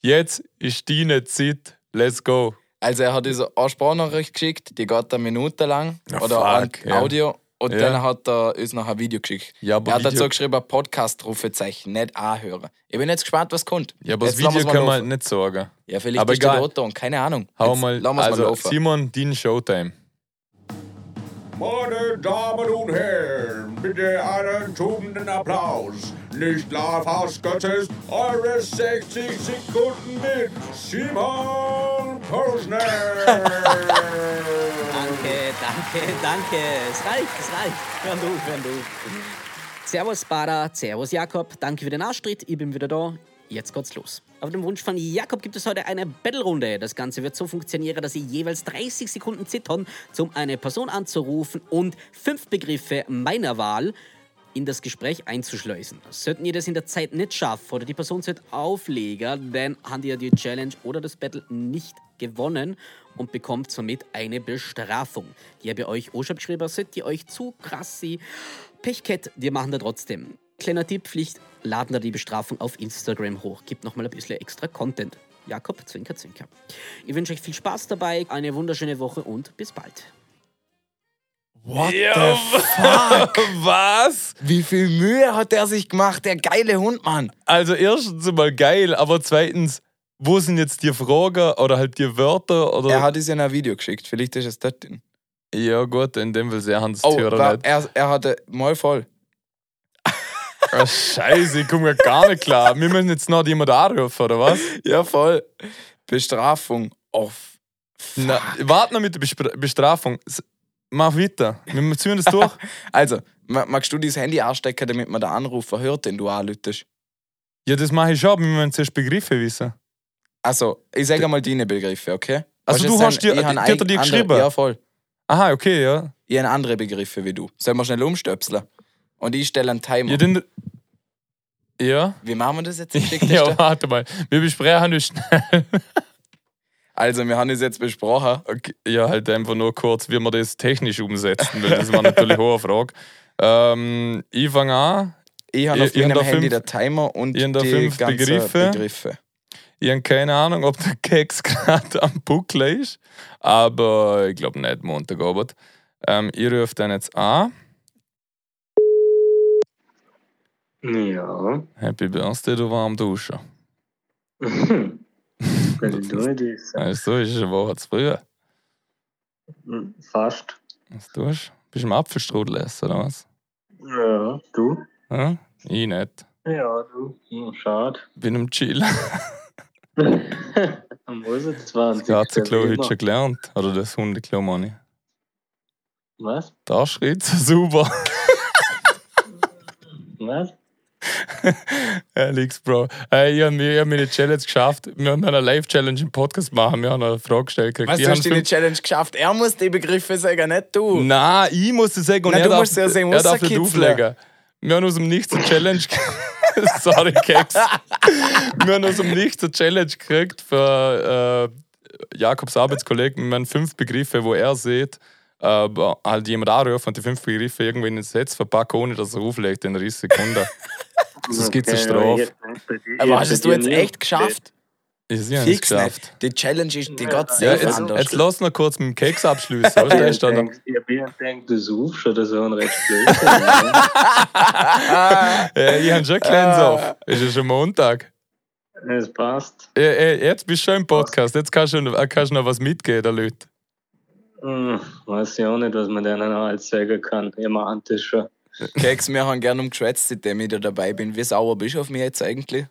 [SPEAKER 2] jetzt ist deine Zeit. Let's go.
[SPEAKER 1] Also er hat diese eine Sprachnachricht geschickt, die geht eine Minute lang.
[SPEAKER 2] Na,
[SPEAKER 1] oder ein
[SPEAKER 2] fuck, ja.
[SPEAKER 1] Audio. Und
[SPEAKER 2] Ja.
[SPEAKER 1] dann hat er uns noch ein Video geschickt. Er
[SPEAKER 2] Ja, aber
[SPEAKER 1] hat dazu
[SPEAKER 2] Video,
[SPEAKER 1] geschrieben, Podcast-Rufezeichen, nicht anhören. Ich bin jetzt gespannt, was kommt.
[SPEAKER 2] ja, aber das
[SPEAKER 1] Jetzt lassen wir's
[SPEAKER 2] Video
[SPEAKER 1] mal
[SPEAKER 2] können wir halt
[SPEAKER 1] laufen.
[SPEAKER 2] nicht sagen.
[SPEAKER 1] Ja, vielleicht
[SPEAKER 2] Aber
[SPEAKER 1] ist der
[SPEAKER 2] egal.
[SPEAKER 1] Otto und keine Ahnung.
[SPEAKER 2] Hau
[SPEAKER 1] Jetzt
[SPEAKER 2] mal,
[SPEAKER 1] lassen wir's
[SPEAKER 2] also
[SPEAKER 1] mal laufen.
[SPEAKER 2] Simon, dein Showtime.
[SPEAKER 4] Meine Damen und Herren, bitte einen tobenden Applaus. Nicht Lafhaus Gottes, eure 60 Sekunden mit Simon Posner.
[SPEAKER 5] Danke, danke, danke. Es reicht, es reicht. Hör auf, hör auf. Servus, Bada. Servus, Jakob. Danke für den Arschtritt. Ich bin wieder da. Jetzt geht's los. Auf dem Wunsch von Jakob gibt es heute eine Battle-Runde. Das Ganze wird so funktionieren, dass Sie jeweils 30 Sekunden zittern, um eine Person anzurufen und fünf Begriffe meiner Wahl in das Gespräch einzuschleusen. Sollten ihr das in der Zeit nicht schaffen oder die Person sollte auflegen, dann habt ihr die Challenge oder das Battle nicht gewonnen und bekommt somit eine Bestrafung. Die ihr bei euch auch schon geschrieben seid, die euch zu krass sie Pech gehabt, wir machen da trotzdem. Kleiner Tipp, Pflicht, laden da die Bestrafung auf Instagram hoch. Gibt nochmal ein bisschen extra Content. Jakob, Zwinker, Zwinker. Ich wünsche euch viel Spaß dabei, eine wunderschöne Woche und bis bald.
[SPEAKER 1] What
[SPEAKER 2] Ja,
[SPEAKER 1] the fuck?
[SPEAKER 2] Was?
[SPEAKER 1] Wie viel Mühe hat der sich gemacht, der geile Hund, Mann?
[SPEAKER 2] Also erstens mal geil, aber zweitens, wo sind jetzt die Fragen oder halt die Wörter oder...
[SPEAKER 1] Er hat es in ein Video geschickt, vielleicht ist es dort drin.
[SPEAKER 2] ja gut, in dem Fall sehr Hans
[SPEAKER 1] Oh,
[SPEAKER 2] Hörer
[SPEAKER 1] war,
[SPEAKER 2] nicht.
[SPEAKER 1] er, er hatte mal voll.
[SPEAKER 2] Ah, scheiße, ich komme ja gar nicht klar. Wir müssen jetzt noch jemand anrufen, oder was?
[SPEAKER 1] Ja, voll. Bestrafung auf.
[SPEAKER 2] Na, warte noch mit der Bespr- Bestrafung. S- mach weiter. Wir ziehen das durch.
[SPEAKER 1] Also, ma- magst du dein Handy anstecken, damit man den Anruf verhört, den du anlütest?
[SPEAKER 2] ja, das mache ich schon, aber wir müssen zuerst Begriffe wissen.
[SPEAKER 1] Also, ich sage mal deine Begriffe, okay? Weißt
[SPEAKER 2] Also du
[SPEAKER 1] jetzt
[SPEAKER 2] hast
[SPEAKER 1] sind-
[SPEAKER 2] die-
[SPEAKER 1] ich
[SPEAKER 2] die-
[SPEAKER 1] han
[SPEAKER 2] die
[SPEAKER 1] eig-
[SPEAKER 2] hat er dir
[SPEAKER 1] andere-
[SPEAKER 2] geschrieben?
[SPEAKER 1] Ja, voll.
[SPEAKER 2] Aha, okay, ja.
[SPEAKER 1] Ich habe andere Begriffe wie du. Sollen wir schnell umstöpseln? Und ich stelle einen Timer.
[SPEAKER 2] Ja, den, ja.
[SPEAKER 1] Wie machen wir das jetzt? Schick das
[SPEAKER 2] ja,
[SPEAKER 1] da?
[SPEAKER 2] warte mal. Wir besprechen das schnell.
[SPEAKER 1] Also, wir haben es jetzt besprochen.
[SPEAKER 2] Okay, ja, halt einfach nur kurz, wie wir das technisch umsetzen, weil das war natürlich eine hohe Frage. Ähm, ich fange an.
[SPEAKER 1] Ich habe
[SPEAKER 2] Ich-
[SPEAKER 1] auf
[SPEAKER 2] ich hab
[SPEAKER 1] meinem
[SPEAKER 2] da
[SPEAKER 1] Handy
[SPEAKER 2] fünf-
[SPEAKER 1] den Timer und
[SPEAKER 2] ich hab da
[SPEAKER 1] die
[SPEAKER 2] fünf
[SPEAKER 1] ganzen Begriffe.
[SPEAKER 2] Begriffe. Ich habe keine Ahnung, ob der Keks gerade am Buckel ist, aber ich glaube nicht Montagabend. Ähm, ich rufe den jetzt an.
[SPEAKER 3] Ja.
[SPEAKER 2] Happy Birthday, du warm duschen.
[SPEAKER 3] Können du das?
[SPEAKER 2] Weißt du, ist eine Woche zu früh.
[SPEAKER 3] Hm, Fast.
[SPEAKER 2] Was tust du? Bist du im Apfelstrudel essen oder was?
[SPEAKER 3] Ja, du?
[SPEAKER 2] Hm? Ich nicht.
[SPEAKER 3] Ja, du. Hm, Schade.
[SPEAKER 2] Bin im Chill.
[SPEAKER 3] Am 20.
[SPEAKER 2] Katze Klo heute schon gelernt. Oder das Hundeklo, meine ich.
[SPEAKER 3] Was?
[SPEAKER 2] Da schreit super.
[SPEAKER 3] Was?
[SPEAKER 2] Alex, Bro. Hey, ich habe mir, ich hab mir eine Challenge geschafft. Wir haben eine Live-Challenge im Podcast machen. Wir haben eine Frage gestellt. gekriegt.
[SPEAKER 1] Was,
[SPEAKER 2] Die
[SPEAKER 1] du
[SPEAKER 2] haben
[SPEAKER 1] hast deine
[SPEAKER 2] fünf-
[SPEAKER 1] Challenge geschafft. Er muss die Begriffe sagen, nicht du.
[SPEAKER 2] Nein, ich muss das sagen. Und
[SPEAKER 1] Nein,
[SPEAKER 2] er
[SPEAKER 1] du
[SPEAKER 2] darf,
[SPEAKER 1] musst ja sagen,
[SPEAKER 2] er darf nicht
[SPEAKER 1] rauskitzeln.
[SPEAKER 2] auflegen. Wir haben aus dem Nichts eine Challenge gekriegt. Sorry, Keks. Wir haben aus dem Nichts eine Challenge gekriegt für äh, Jakobs Arbeitskollegen. Wir haben fünf Begriffe, wo er sieht, äh, halt jemand anruft und die fünf Begriffe irgendwie in den Satz verpacken, ohne dass er auflegt in 30 Sekunden. Das gibt eine Strafe.
[SPEAKER 1] Aber hast es du jetzt echt geschafft?
[SPEAKER 2] Ich sehe es
[SPEAKER 1] Fix
[SPEAKER 2] geschafft.
[SPEAKER 1] nicht. Die Challenge ist die
[SPEAKER 3] Ja,
[SPEAKER 1] Gott
[SPEAKER 2] Ja,
[SPEAKER 1] sei
[SPEAKER 2] jetzt,
[SPEAKER 3] anders.
[SPEAKER 2] jetzt lass noch kurz mit dem Keks abschließen. weißt du, der ist
[SPEAKER 3] Ich
[SPEAKER 2] da noch-
[SPEAKER 3] denke, du suchst oder so ein recht blöd.
[SPEAKER 2] Ja, ich habe schon Cleanse auf. Es ist schon Montag.
[SPEAKER 3] Es passt.
[SPEAKER 2] Ja, ja, jetzt bist du schon im Podcast. Jetzt kannst du, noch- kannst du noch was mitgeben, der Leute.
[SPEAKER 3] Hm, weiß ich auch nicht, was man denen noch alles sagen kann. Immer antischer.
[SPEAKER 1] Keks, wir haben gerne umgeschwätzt, seitdem ich da dabei bin. Wie sauer bist du auf mich jetzt eigentlich?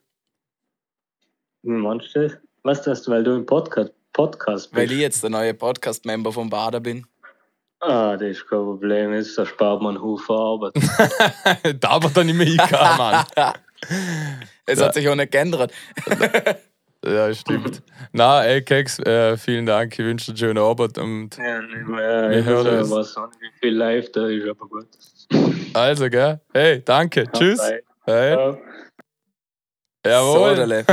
[SPEAKER 3] Wie meinst du das? Was das, weil du im Podcast, Podcast bist?
[SPEAKER 1] Weil ich jetzt der neue Podcast-Member vom Bader bin.
[SPEAKER 3] Ah, das ist kein Problem. Jetzt erspart man Hufe Arbeit.
[SPEAKER 2] da aber dann nicht mehr hingekommen, Mann.
[SPEAKER 1] Es hat sich auch nicht geändert.
[SPEAKER 2] Ja, stimmt. Na, ey, Keks, äh, vielen Dank. Ich wünsche dir einen schönen Abend. Und
[SPEAKER 3] ja, nicht mehr.
[SPEAKER 2] Wir
[SPEAKER 3] Ich
[SPEAKER 2] hören
[SPEAKER 3] weiß
[SPEAKER 2] es.
[SPEAKER 3] aber so nicht, wie viel live da ist, aber gut.
[SPEAKER 2] also, gell? Hey, danke. Tschüss.
[SPEAKER 3] Bye.
[SPEAKER 2] Hey.
[SPEAKER 3] Ja.
[SPEAKER 2] Jawohl.
[SPEAKER 1] Sodele.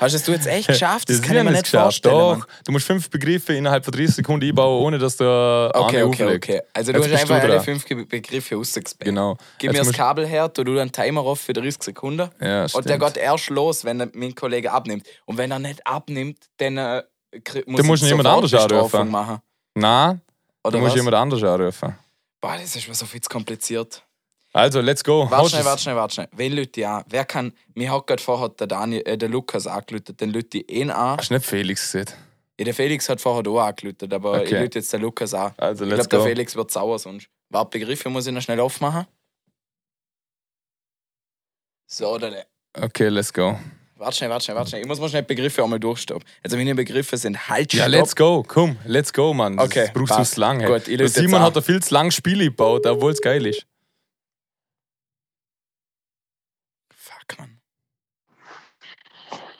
[SPEAKER 1] Hast es du jetzt echt geschafft? Das,
[SPEAKER 2] Das
[SPEAKER 1] kann ich mir
[SPEAKER 2] haben
[SPEAKER 1] nicht
[SPEAKER 2] es geschafft.
[SPEAKER 1] vorstellen.
[SPEAKER 2] Doch,
[SPEAKER 1] Mann.
[SPEAKER 2] du musst fünf Begriffe innerhalb von 30 Sekunden einbauen, ohne dass der
[SPEAKER 1] Okay,
[SPEAKER 2] Arne
[SPEAKER 1] okay,
[SPEAKER 2] auflegt.
[SPEAKER 1] okay. Also, du
[SPEAKER 2] Jetzt
[SPEAKER 1] hast
[SPEAKER 2] bist du
[SPEAKER 1] einfach alle
[SPEAKER 2] dran.
[SPEAKER 1] fünf Ge- Begriffe rausgespannt.
[SPEAKER 2] Genau.
[SPEAKER 1] Gib
[SPEAKER 2] Jetzt
[SPEAKER 1] mir das
[SPEAKER 2] musst-
[SPEAKER 1] Kabel her, tu du einen Timer auf für 30 Sekunden.
[SPEAKER 2] Ja,
[SPEAKER 1] und
[SPEAKER 2] stimmt.
[SPEAKER 1] der geht erst los, wenn er mein Kollege abnimmt. Und wenn er nicht abnimmt, dann äh, krie- muss
[SPEAKER 2] Dann musst du
[SPEAKER 1] ich
[SPEAKER 2] jemand
[SPEAKER 1] sofort
[SPEAKER 2] anderes anrufen.
[SPEAKER 1] Bestrafung machen.
[SPEAKER 2] Nein,
[SPEAKER 1] Oder
[SPEAKER 2] du musst
[SPEAKER 1] was?
[SPEAKER 2] jemand anderes anrufen.
[SPEAKER 1] Boah, das ist mir so viel zu kompliziert.
[SPEAKER 2] Also, let's go.
[SPEAKER 1] Warte
[SPEAKER 2] Haut
[SPEAKER 1] schnell,
[SPEAKER 2] es.
[SPEAKER 1] warte schnell, warte schnell. Wen lüte ich an? Wer kann. Mir hat gerade vorher der, Daniel, äh, der Lukas angelötet, den lüte ich ihn an.
[SPEAKER 2] Hast du nicht Felix gesehen?
[SPEAKER 1] Ja, der Felix hat vorher auch angelötet, aber ich
[SPEAKER 2] Okay.
[SPEAKER 1] lüte jetzt den Lukas an.
[SPEAKER 2] Also,
[SPEAKER 1] Ich glaube,
[SPEAKER 2] let's
[SPEAKER 1] der
[SPEAKER 2] go.
[SPEAKER 1] Felix wird sauer sonst. Warte, Begriffe muss ich noch schnell aufmachen. So, dann.
[SPEAKER 2] Okay, let's go.
[SPEAKER 1] Warte schnell, warte schnell, warte schnell. Ich muss mal schnell Begriffe einmal durchstoppen. Also meine Begriffe sind halt
[SPEAKER 2] Ja,
[SPEAKER 1] Stopp.
[SPEAKER 2] let's go. Komm, let's go, Mann. Das
[SPEAKER 1] Okay,
[SPEAKER 2] brauchst du
[SPEAKER 1] passt.
[SPEAKER 2] zu lange.
[SPEAKER 1] Gut, ich löse
[SPEAKER 2] Der
[SPEAKER 1] jetzt
[SPEAKER 2] Simon
[SPEAKER 1] an.
[SPEAKER 2] hat da viel zu lange Spiele gebaut, obwohl es geil ist.
[SPEAKER 1] Fuck, Mann.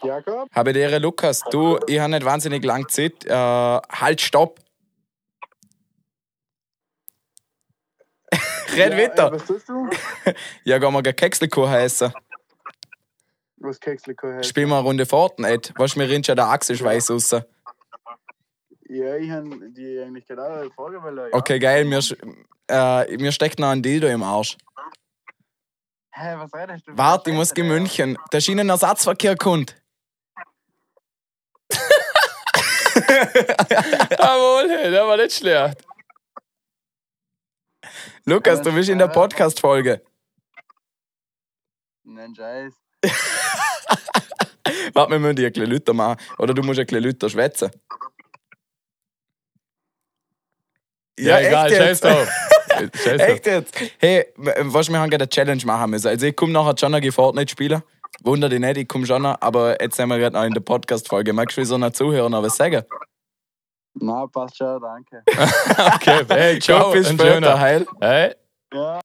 [SPEAKER 4] Jakob?
[SPEAKER 1] Habe dir, Lukas, du, ich habe nicht wahnsinnig lang Zeit. Äh, halt, stopp. Red weiter.
[SPEAKER 4] was tust du?
[SPEAKER 1] Ja, gehen wir gleich Kekselkuchen essen.
[SPEAKER 4] Was Kekslikör heißt?
[SPEAKER 1] Spielen wir eine Runde Fortnite. Weißt du, wir rinnt schon der Achselschweiß raus.
[SPEAKER 4] Ja, ich habe die eigentlich gerade alle Fragen, ja.
[SPEAKER 1] Okay, geil, mir, sch- äh, mir steckt noch ein Dildo im Arsch.
[SPEAKER 4] Hä, was redest du?
[SPEAKER 1] Warte, ich muss in München. Der Schienenersatzverkehr kommt.
[SPEAKER 2] Jawohl, hey, der war nicht schlecht.
[SPEAKER 1] Lukas, du bist in der Podcast-Folge.
[SPEAKER 4] Nein, Scheiß.
[SPEAKER 1] Warte, wir müssen dir ein bisschen Lüter machen. Oder du musst ein bisschen Lüter schwätzen.
[SPEAKER 2] Ja, egal,
[SPEAKER 1] echt
[SPEAKER 2] scheiß
[SPEAKER 1] jetzt.
[SPEAKER 2] drauf. scheiß drauf.
[SPEAKER 1] Echt jetzt? Hey, w- was wir haben gerade eine Challenge machen müssen. Also ich komme nachher schon noch Fortnite spielen. Wunder dich nicht, ich komme schon noch, aber jetzt sind wir gerade noch in der Podcast-Folge. Magst du so einer Zuhörer noch was sagen?
[SPEAKER 6] Na, passt schon, danke.
[SPEAKER 2] Okay, hey, ciao,
[SPEAKER 1] Ciao, bis
[SPEAKER 2] ein
[SPEAKER 1] später,
[SPEAKER 2] schöner.
[SPEAKER 1] heil.
[SPEAKER 2] Hey?
[SPEAKER 6] Ja,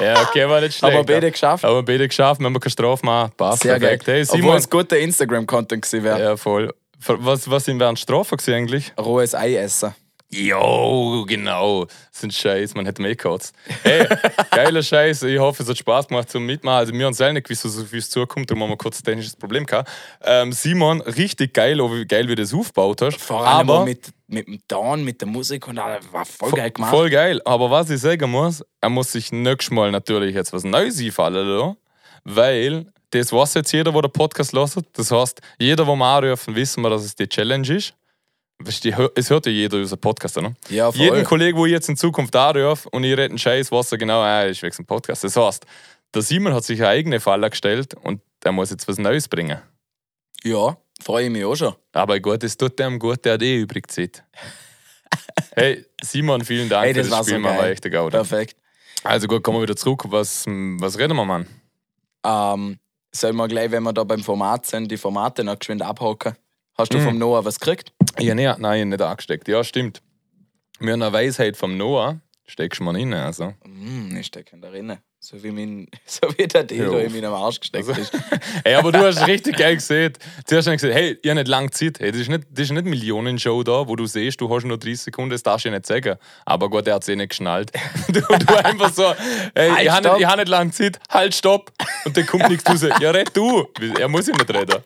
[SPEAKER 2] Ja, okay, war nicht schlecht.
[SPEAKER 1] Aber beide geschafft.
[SPEAKER 2] Aber beide geschafft, wir haben keine Strafe machen. Passt,
[SPEAKER 1] Sehr geil.
[SPEAKER 2] perfekt. Hey,
[SPEAKER 1] Obwohl
[SPEAKER 2] Simon.
[SPEAKER 1] es guter Instagram-Content gewesen wäre.
[SPEAKER 2] Ja, voll. Für- Was, was sind wir an Strafe gewesen eigentlich?
[SPEAKER 1] Rohes Ei essen.
[SPEAKER 2] Jo, genau. Das sind Scheiß, man hätte mehr gekotzt. Hey, geiler Scheiß. Ich hoffe, es hat Spaß gemacht zum Mitmachen. Also, wir haben selber nicht gewusst, so viel es zukommt, darum haben wir kurz ein technisches Problem gehabt. Ähm, Simon, richtig geil, oh, wie geil, wie du das aufgebaut hast.
[SPEAKER 1] Vor allem
[SPEAKER 2] Aber-
[SPEAKER 1] auch mit, mit dem Down, mit der Musik und alles. War voll geil gemacht.
[SPEAKER 2] Voll geil. Aber was ich sagen muss, er muss sich nächstes Mal natürlich jetzt was Neues einfallen lassen, weil das weiß jetzt jeder, der den Podcast hört. Das heißt, jeder, der wir anrufen, wissen wir, dass es die Challenge ist. Weißt du, die hö- Es hört ja jeder unseren Podcast, ne?
[SPEAKER 1] Ja, voll.
[SPEAKER 2] Jeden Kollegen, wo ich jetzt in Zukunft anrufe und ich rede einen Scheiß, weiß er genau, ah, ich wechsle einen Podcast. Das heißt, der Simon hat sich eine eigene Falle gestellt und er muss jetzt was Neues bringen.
[SPEAKER 1] ja, freue ich mich auch schon.
[SPEAKER 2] Aber gut, das tut dem gut, der hat eh übrig Zeit. Hey, Simon, vielen Dank
[SPEAKER 1] Ey,
[SPEAKER 2] für
[SPEAKER 1] das
[SPEAKER 2] das
[SPEAKER 1] war so
[SPEAKER 2] Spiel, man war
[SPEAKER 1] geil.
[SPEAKER 2] echt der Gauder.
[SPEAKER 1] Perfekt.
[SPEAKER 2] Also gut, kommen wir wieder zurück. Was, was reden wir, Mann?
[SPEAKER 1] Ähm, sollen wir gleich, wenn wir da beim Format sind, die Formate noch geschwind abhaken? Hast du vom Noah was gekriegt?
[SPEAKER 2] Ja, nee, nein, ich hab nicht angesteckt. Ja, stimmt. Wir haben eine Weisheit vom Noah. Steckst du mal rein, also.
[SPEAKER 1] Mm, ich stecke in der Rinne. So wie, mein, so wie der Dildo
[SPEAKER 2] Ja.
[SPEAKER 1] in meinem Arsch gesteckt
[SPEAKER 2] Also-
[SPEAKER 1] ist.
[SPEAKER 2] Hey, aber du hast richtig geil gesehen. Zuerst habe ich gesagt, hey, ich habe nicht lange Zeit. Hey, das ist nicht, das ist nicht Millionen-Show da, wo du siehst, du hast nur 30 Sekunden, das darfst du ja nicht sagen. Aber gut, er hat es eh nicht geschnallt. Du, du einfach so, hey,
[SPEAKER 1] Halt,
[SPEAKER 2] ich habe
[SPEAKER 1] stopp.
[SPEAKER 2] nicht, ich hab nicht lange Zeit, halt, stopp. Und dann kommt nichts raus. Ja, red du. Er muss ja nicht reden.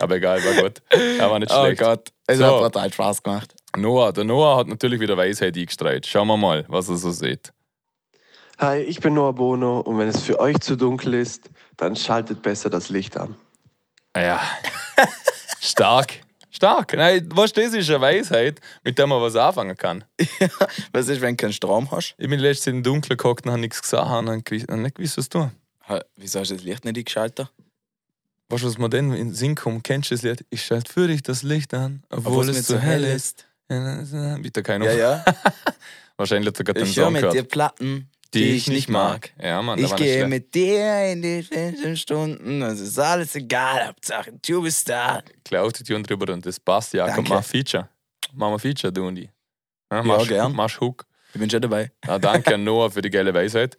[SPEAKER 2] Aber egal, war gut. Er war nicht
[SPEAKER 1] Oh
[SPEAKER 2] schlecht.
[SPEAKER 1] Gott, es
[SPEAKER 2] So.
[SPEAKER 1] hat total Spaß gemacht.
[SPEAKER 2] Noah, der Noah hat natürlich wieder Weisheit eingestreut. Schauen wir mal, was er so sieht.
[SPEAKER 7] Hi, ich bin Noah Bono und wenn es für euch zu dunkel ist, dann schaltet besser das Licht an.
[SPEAKER 2] Ah Ja. Stark. Stark. Nein, weißt du, das ist eine Weisheit, mit der man was anfangen kann.
[SPEAKER 1] Was ist, wenn du keinen Strom hast?
[SPEAKER 2] Ich bin letztens in den Dunkeln gehockt und habe nichts gesehen und habe gewiss- habe nicht gewusst, was tun.
[SPEAKER 1] Hä, Wieso hast du das Licht nicht eingeschaltet?
[SPEAKER 2] Weißt du, was mir denn in den Sinn kommt? Kennst du das Lied? Ich schalte für dich das Licht an, obwohl,
[SPEAKER 1] Obwohl
[SPEAKER 2] es
[SPEAKER 1] nicht
[SPEAKER 2] zu hell ist. äh, Bitte keine
[SPEAKER 1] Ja,
[SPEAKER 2] Ahnung.
[SPEAKER 1] ja.
[SPEAKER 2] Wahrscheinlich hat er gerade den
[SPEAKER 1] Ich höre
[SPEAKER 2] Song
[SPEAKER 1] mit
[SPEAKER 2] gehört.
[SPEAKER 1] dir Platten, die, ich nicht mag.
[SPEAKER 2] Ja, Mann,
[SPEAKER 1] Ich
[SPEAKER 2] aber nicht
[SPEAKER 1] gehe
[SPEAKER 2] schlecht.
[SPEAKER 1] mit dir in die 15 Stunden. Es ist alles egal. Hauptsache, du bist da.
[SPEAKER 2] Cloud Tune drüber und das passt. Ja, komm,
[SPEAKER 1] Danke.
[SPEAKER 2] mach Feature. Mach mal Feature, du und ich. Ja,
[SPEAKER 1] gern.
[SPEAKER 2] Mach Hook.
[SPEAKER 1] Ich bin schon dabei.
[SPEAKER 2] Ah, danke an Noah für die geile Weisheit.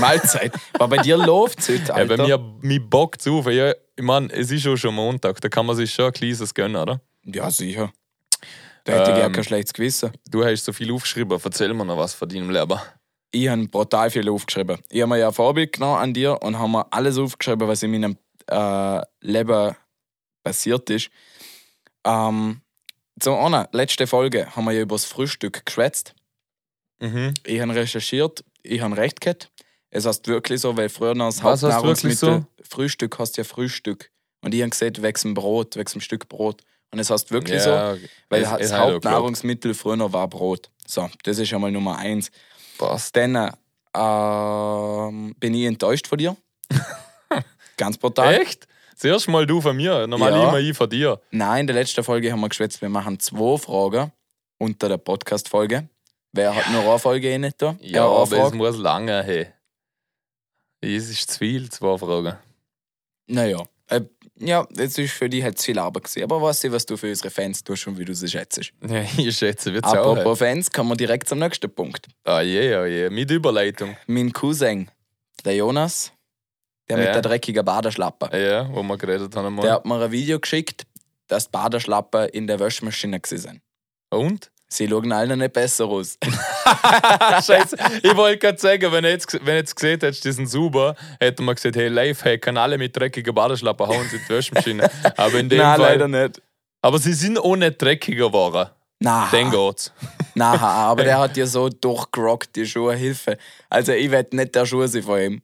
[SPEAKER 1] Mahlzeit. Aber bei dir läuft es heute,
[SPEAKER 2] Ja,
[SPEAKER 1] Alter.
[SPEAKER 2] bei mir, mir bockt es auf. Ja, ich meine, es ist auch schon Montag, da kann man sich schon ein kleines gönnen, oder?
[SPEAKER 1] ja, sicher. Da hätte ich
[SPEAKER 2] Ähm.
[SPEAKER 1] gar kein schlechtes Gewissen.
[SPEAKER 2] Du hast so viel aufgeschrieben, erzähl mir noch was von deinem Leben.
[SPEAKER 1] Ich habe brutal viel aufgeschrieben. Ich habe mir ja ein Vorbild genommen an dir und habe mir alles aufgeschrieben, was in meinem äh, Leben passiert ist. Ähm, zum einen, letzte Folge haben wir ja über das Frühstück geschwätzt.
[SPEAKER 2] Mhm.
[SPEAKER 1] Ich habe recherchiert, ich habe recht gehabt. Es heißt wirklich so, weil früher noch das
[SPEAKER 2] Was heißt
[SPEAKER 1] Hauptnahrungsmittel
[SPEAKER 2] wirklich
[SPEAKER 1] Frühstück heißt ja Frühstück. Und ich habe gesagt, wächst ein Brot, wächst ein Stück Brot. Und es heißt wirklich so, weil
[SPEAKER 2] es- es
[SPEAKER 1] das
[SPEAKER 2] hat auch
[SPEAKER 1] Hauptnahrungsmittel früher noch war Brot. So, das ist schon mal Nummer eins.
[SPEAKER 2] Passt.
[SPEAKER 1] Dann ähm, bin ich enttäuscht von dir. Ganz brutal.
[SPEAKER 2] Echt? Zuerst mal du von mir, normal
[SPEAKER 1] Ja.
[SPEAKER 2] immer ich von dir.
[SPEAKER 1] Nein, in der letzten Folge haben wir geschwätzt, wir machen zwei Fragen unter der Podcast-Folge. Wer hat nur eine Folge eh nicht da?
[SPEAKER 2] Ja,
[SPEAKER 1] eine
[SPEAKER 2] aber es
[SPEAKER 1] Frage.
[SPEAKER 2] muss lange, hey. Es ist zu viel, zwei Fragen.
[SPEAKER 1] Naja. Äh, ja, das ist für die halt viel Arbeit gewesen. Aber weißt du, was du für unsere Fans tust und wie du sie schätzt.
[SPEAKER 2] Ja, ich schätze, wird's auch.
[SPEAKER 1] Apropos
[SPEAKER 2] Halt.
[SPEAKER 1] Fans, kommen wir direkt zum nächsten Punkt.
[SPEAKER 2] Ah je, oh je, mit Überleitung.
[SPEAKER 1] Mein Cousin, der Jonas, der
[SPEAKER 2] Ja.
[SPEAKER 1] mit der dreckigen Baderschlappe,
[SPEAKER 2] Ja, wo wir geredet haben. Mal.
[SPEAKER 1] der hat mir ein Video geschickt, dass die Baderschlappe in der Waschmaschine gewesen sind.
[SPEAKER 2] Und?
[SPEAKER 1] Sie schauen alle nicht besser aus.
[SPEAKER 2] Scheiße, ich wollte gerade sagen, wenn ihr jetzt, wenn ihr jetzt gesehen hättest, diesen Super, hätte man gesagt, hey, Lifehack, kann alle mit dreckiger Badeschlappe hauen sie in die Waschmaschine. Aber in dem
[SPEAKER 1] Nein,
[SPEAKER 2] Fall,
[SPEAKER 1] leider nicht.
[SPEAKER 2] Aber sie sind auch nicht dreckiger geworden.
[SPEAKER 1] Na,
[SPEAKER 2] Den geht's.
[SPEAKER 1] na, aber der hat ja so durchgerockt, die Schuhe, Hilfe. Also ich werde nicht der Schuhe sein von ihm.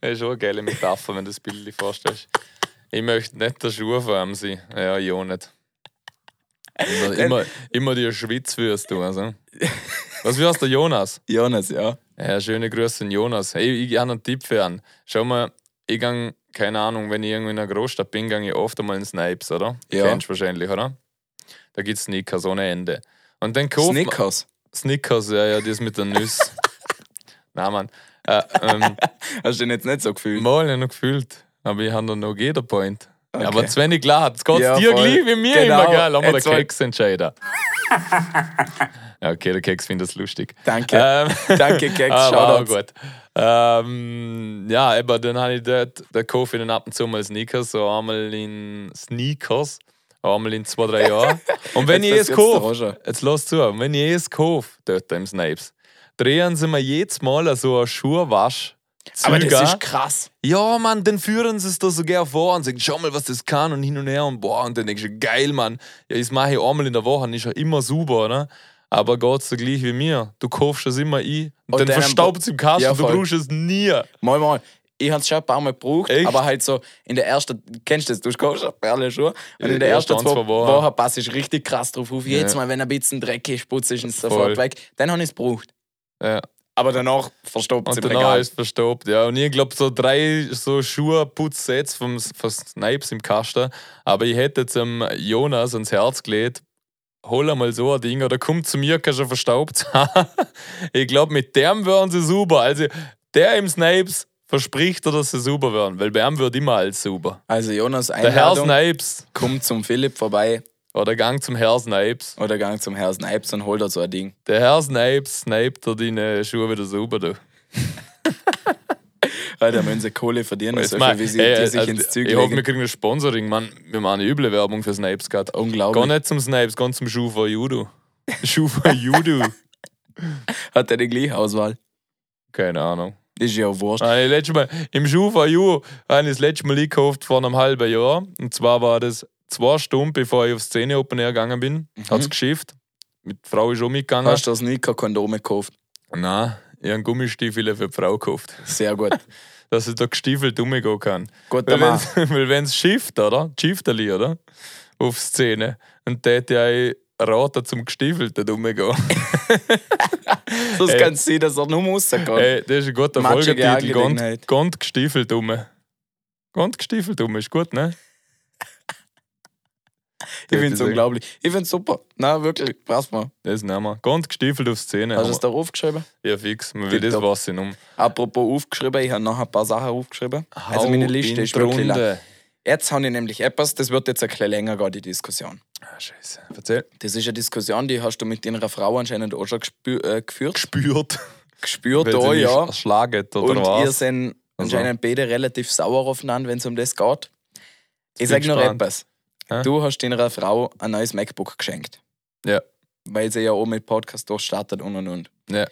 [SPEAKER 2] Das ist schon eine geile Metapher, wenn du das Bild dir vorstellst. Ich möchte nicht der Schuh von ihm sein. Ja, ich auch nicht. Immer, immer, immer die Schwitzwürst, du. Also. Was wirst der Jonas?
[SPEAKER 1] Jonas, ja.
[SPEAKER 2] Ja, schöne Grüße an Jonas. Hey, ich habe einen Tipp für ihn. Schau mal, ich gang, keine Ahnung, wenn ich irgendwo in einer Großstadt bin, gang ich oft einmal in Snipes, oder?
[SPEAKER 1] Ja.
[SPEAKER 2] Kennst du wahrscheinlich, oder? Da gibt es Snickers ohne Ende. Und dann kauft man-
[SPEAKER 1] Snickers.
[SPEAKER 2] Snickers, ja, ja, das mit der Nüsse. Nein, Mann. Äh, ähm,
[SPEAKER 1] Hast du den jetzt nicht so gefühlt?
[SPEAKER 2] mal, ich hab noch gefühlt. Aber ich habe noch jeder Point. Ja, aber Svenny, klar, hat's Gott
[SPEAKER 1] Ja,
[SPEAKER 2] dir
[SPEAKER 1] voll.
[SPEAKER 2] gleich wie mir
[SPEAKER 1] Genau,
[SPEAKER 2] immer, gell? Lass mal den
[SPEAKER 1] jetzt soll-
[SPEAKER 2] Keks entscheiden. ja, okay, der Keks findet das lustig.
[SPEAKER 1] Danke.
[SPEAKER 2] Ähm,
[SPEAKER 1] Danke, Keks.
[SPEAKER 2] Ah, wow,
[SPEAKER 1] Shoutouts.
[SPEAKER 2] gut. Ähm, ja, aber dann habe ich dort den Kofi dann ab und zu mal Sneakers, so einmal in Sneakers, einmal in zwei, drei Jahren. Und wenn
[SPEAKER 1] Jetzt
[SPEAKER 2] ich
[SPEAKER 1] das- jetzt
[SPEAKER 2] es
[SPEAKER 1] der
[SPEAKER 2] kaufe,
[SPEAKER 1] Roger.
[SPEAKER 2] jetzt lass zu, und wenn ich es kaufe, dort im Snipes, drehen sie mir jedes Mal so eine Schuhwasch.
[SPEAKER 1] Aber das
[SPEAKER 2] Züge.
[SPEAKER 1] ist krass.
[SPEAKER 2] Ja, Mann, dann führen sie es da so gern vor und sagen, schau mal, was das kann und hin und her und boah, und dann denkst du, geil, Mann, ja, das mache ich einmal in der Woche und ist ja immer super, ne? Aber Gott, so gleich wie mir, du kaufst es immer ein und,
[SPEAKER 1] Und
[SPEAKER 2] dann
[SPEAKER 1] dann-
[SPEAKER 2] verstaubt es im Kasten,
[SPEAKER 1] Ja,
[SPEAKER 2] du
[SPEAKER 1] voll.
[SPEAKER 2] brauchst es nie.
[SPEAKER 1] Mal, mal. Ich habe es schon ein paar Mal gebraucht,
[SPEAKER 2] Echt?
[SPEAKER 1] aber halt so in der ersten, kennst du das, du kaufst eine Perle schon. Und
[SPEAKER 2] Ja,
[SPEAKER 1] in der
[SPEAKER 2] ja,
[SPEAKER 1] ersten
[SPEAKER 2] ganz
[SPEAKER 1] zwei
[SPEAKER 2] vor Wochen.
[SPEAKER 1] Wochen passt ich richtig krass drauf auf. Jedes Mal, wenn ein bisschen dreckig ist, putze ich ihn
[SPEAKER 2] Voll.
[SPEAKER 1] sofort weg. Dann habe ich es gebraucht.
[SPEAKER 2] Ja.
[SPEAKER 1] Aber danach verstaubt es
[SPEAKER 2] Und
[SPEAKER 1] im
[SPEAKER 2] danach
[SPEAKER 1] Regal.
[SPEAKER 2] ist es verstaubt, ja. Und ich glaube, so drei so Schuhputzsets vom, vom Snipes im Kasten, aber ich hätte jetzt dem Jonas ans Herz gelegt, hol einmal so ein Ding oder komm zu mir, kannst du verstaubt haben. Ich glaube, mit dem wären sie super. Also, der im Snipes verspricht er, dass sie super werden, weil bei ihm wird immer alles super.
[SPEAKER 1] Also Jonas,
[SPEAKER 2] Der Herr
[SPEAKER 1] Einladung,
[SPEAKER 2] Snipes
[SPEAKER 1] komm zum Philipp vorbei
[SPEAKER 2] oder Gang zum Herr Snipes.
[SPEAKER 1] oder gang zum Herr Snipes und hol dir so ein Ding.
[SPEAKER 2] Der Herr Snipes snipet er deine Schuhe wieder super, du.
[SPEAKER 1] Weil da müssen sie Kohle verdienen,
[SPEAKER 2] Jetzt
[SPEAKER 1] so
[SPEAKER 2] mal,
[SPEAKER 1] viel, wie sie
[SPEAKER 2] ey,
[SPEAKER 1] die sich
[SPEAKER 2] also,
[SPEAKER 1] ins Zeug
[SPEAKER 2] Ich hoffe,
[SPEAKER 1] legen.
[SPEAKER 2] wir kriegen ein Sponsoring, Mann. Wir machen eine üble Werbung für Snipes gerade.
[SPEAKER 1] Unglaublich.
[SPEAKER 2] Gar nicht zum Snipes, ganz zum Schuh von Judo. Schuh von Judo.
[SPEAKER 1] Hat er die gleiche Auswahl?
[SPEAKER 2] Keine Ahnung.
[SPEAKER 1] Ist ja auch wurscht.
[SPEAKER 2] Habe ich letztes Mal, Im Schuh von Judo habe ich das letzte Mal gekauft vor einem halben Jahr. Und zwar war das zwei Stunden, bevor ich auf Szene Open Air gegangen bin. hat's Hat es geschifft. Mit der Frau ist auch mitgegangen.
[SPEAKER 1] Mhm. Hast du das Nika-Kondome gekauft?
[SPEAKER 2] Nein, ich habe Gummistiefel für die Frau gekauft.
[SPEAKER 1] Sehr gut.
[SPEAKER 2] Dass ich da gestiefelt rumgehen kann.
[SPEAKER 1] Guter
[SPEAKER 2] Weil
[SPEAKER 1] Mann.
[SPEAKER 2] wenn- Weil wenn es schifft, oder? Schifft er oder? Auf Szene. Und der hätte ich raten zum Gestiefelten rumgehen.
[SPEAKER 1] Das
[SPEAKER 2] Ey.
[SPEAKER 1] kann sein, dass er nur rauskommt.
[SPEAKER 2] Ey, das ist ein guter
[SPEAKER 1] Matschige
[SPEAKER 2] Folgetitel. Gond,
[SPEAKER 1] Angelegenheit.
[SPEAKER 2] Gond gestiefelt rum. Gond gestiefelt rum, ist gut, ne?
[SPEAKER 1] Ich finde es
[SPEAKER 2] Deswegen,
[SPEAKER 1] unglaublich. Ich finde es super. Na wirklich, passt mal.
[SPEAKER 2] Das nehmen wir. Gond gestiefelt auf Szene.
[SPEAKER 1] Hast du es
[SPEAKER 2] haben
[SPEAKER 1] da aufgeschrieben?
[SPEAKER 2] wir. Ja, fix. Man will das
[SPEAKER 1] Also Tipptopp.
[SPEAKER 2] was um.
[SPEAKER 1] Apropos aufgeschrieben, ich habe noch ein paar Sachen aufgeschrieben. Also meine Liste ist wirklich lang. Jetzt habe ich nämlich etwas, das wird jetzt ein bisschen länger gehen, die Diskussion.
[SPEAKER 2] Ah, Scheiße. Erzähl.
[SPEAKER 1] Das ist eine Diskussion, die hast du mit deiner Frau anscheinend auch schon gespü äh, geführt.
[SPEAKER 2] Spürt.
[SPEAKER 1] Gespürt,
[SPEAKER 2] Wenn
[SPEAKER 1] da,
[SPEAKER 2] sie
[SPEAKER 1] ja.
[SPEAKER 2] mich Schlaget oder
[SPEAKER 1] Und
[SPEAKER 2] was?
[SPEAKER 1] ihr seid
[SPEAKER 2] Also.
[SPEAKER 1] anscheinend beide relativ sauer aufeinander, wenn es um das geht. Ich sage nur
[SPEAKER 2] gespannt.
[SPEAKER 1] etwas.
[SPEAKER 2] Hä?
[SPEAKER 1] Du hast deiner Frau ein neues MacBook geschenkt.
[SPEAKER 2] Ja.
[SPEAKER 1] Weil sie ja auch mit Podcast durchstartet und und und.
[SPEAKER 2] Ja.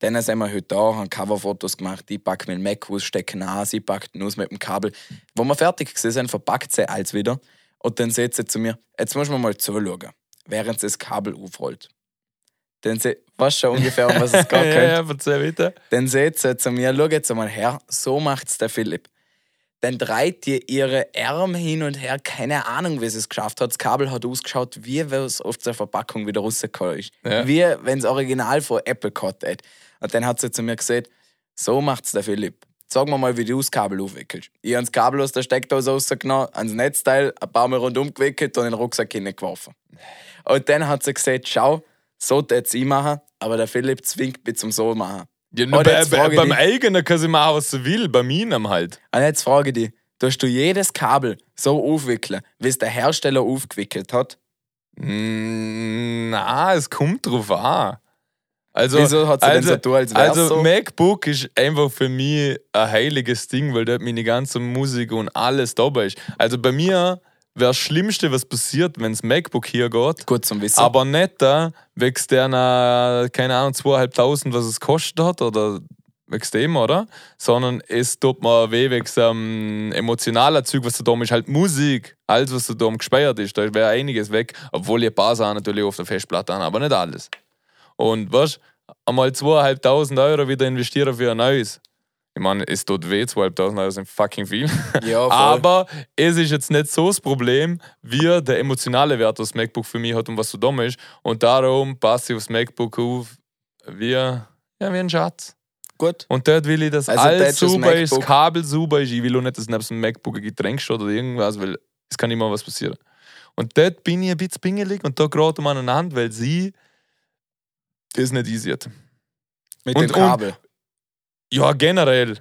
[SPEAKER 1] Dann sind wir heute da, haben Coverfotos gemacht. Ich packe mit dem Mac aus, stecke ihn an, sie packt ihn aus mit dem Kabel. Wo wir fertig gewesen sind, verpackt sie alles wieder. Und dann sagt sie zu mir: Jetzt muss man mal zuschauen, während sie das Kabel aufrollt. Dann sie, weißt du schon ungefähr, um was es geht.
[SPEAKER 2] ja,
[SPEAKER 1] könnte?
[SPEAKER 2] ja, erzähl bitte.
[SPEAKER 1] Dann seht ihr zu mir, schau jetzt mal her, so macht's der Philipp. Dann dreht ihr ihre Arme hin und her, keine Ahnung, wie sie es geschafft hat. Das Kabel hat ausgeschaut, wie wenn es auf der Verpackung wieder rausgekommen ist.
[SPEAKER 2] Ja.
[SPEAKER 1] Wie wenn es original von Apple gehabt hat. Und dann hat sie zu mir gesagt, so macht's der Philipp. Sag mir mal, wie du das Kabel aufwickelst. Ich habe das Kabel aus der Steckdose rausgenommen, ans Netzteil, ein paar Mal rundum gewickelt und in den Rucksack hineingeworfen. Und dann hat sie gesagt, schau, so tät's ich machen, aber der Philipp zwingt mich zum so machen.
[SPEAKER 2] Ja, nur
[SPEAKER 1] Und
[SPEAKER 2] bei,
[SPEAKER 1] jetzt
[SPEAKER 2] bei,
[SPEAKER 1] frage ich
[SPEAKER 2] äh, beim
[SPEAKER 1] dich-
[SPEAKER 2] eigenen kann sie machen, was sie will, bei meinem halt.
[SPEAKER 1] Und Ah, jetzt frage ich dich, tust du jedes Kabel so aufwickeln, wie es der Hersteller aufgewickelt hat?
[SPEAKER 2] Mm, Na, es kommt drauf an. Also,
[SPEAKER 1] Wieso hat sie denn so tun, als wär's
[SPEAKER 2] also
[SPEAKER 1] so?
[SPEAKER 2] MacBook ist einfach für mich ein heiliges Ding, weil dort meine ganze Musik und alles dabei ist. Also bei mir wäre das Schlimmste, was passiert, wenn das MacBook hier geht,
[SPEAKER 1] Gut zum Wissen.
[SPEAKER 2] aber nicht da, wächst der nach, keine Ahnung, 2.500, was es kostet hat oder wächst dem, oder? Sondern es tut mir weh wegen ähm, emotionaler Zeug, was da drum ist, halt Musik, alles, was da drum gespeichert ist, da wäre einiges weg, obwohl ich ein paar Sachen natürlich auf der Festplatte habe, aber nicht alles. Und weißt einmal 2.500 Euro wieder investieren für ein neues. Ich meine, es tut weh, 2.500 Euro sind fucking viel.
[SPEAKER 1] ja, voll.
[SPEAKER 2] Aber es ist jetzt nicht so das Problem, wie der emotionale Wert, was das MacBook für mich hat und was so dumm ist. Und darum passe ich aufs MacBook auf wie, ja, wie ein Schatz.
[SPEAKER 1] gut.
[SPEAKER 2] Und dort will ich, dass
[SPEAKER 1] Also dort
[SPEAKER 2] alles
[SPEAKER 1] ist das
[SPEAKER 2] super ist, das
[SPEAKER 1] MacBook-
[SPEAKER 2] Kabel super ist. Ich will auch nicht, dass neben dem MacBook ein Getränk steht oder irgendwas, weil es kann immer was passieren. Und dort bin ich ein bisschen pingelig und da gerät um an Hand, weil sie das nicht easy hat.
[SPEAKER 1] Mit
[SPEAKER 2] Und-
[SPEAKER 1] dem Kabel.
[SPEAKER 2] Ja, generell.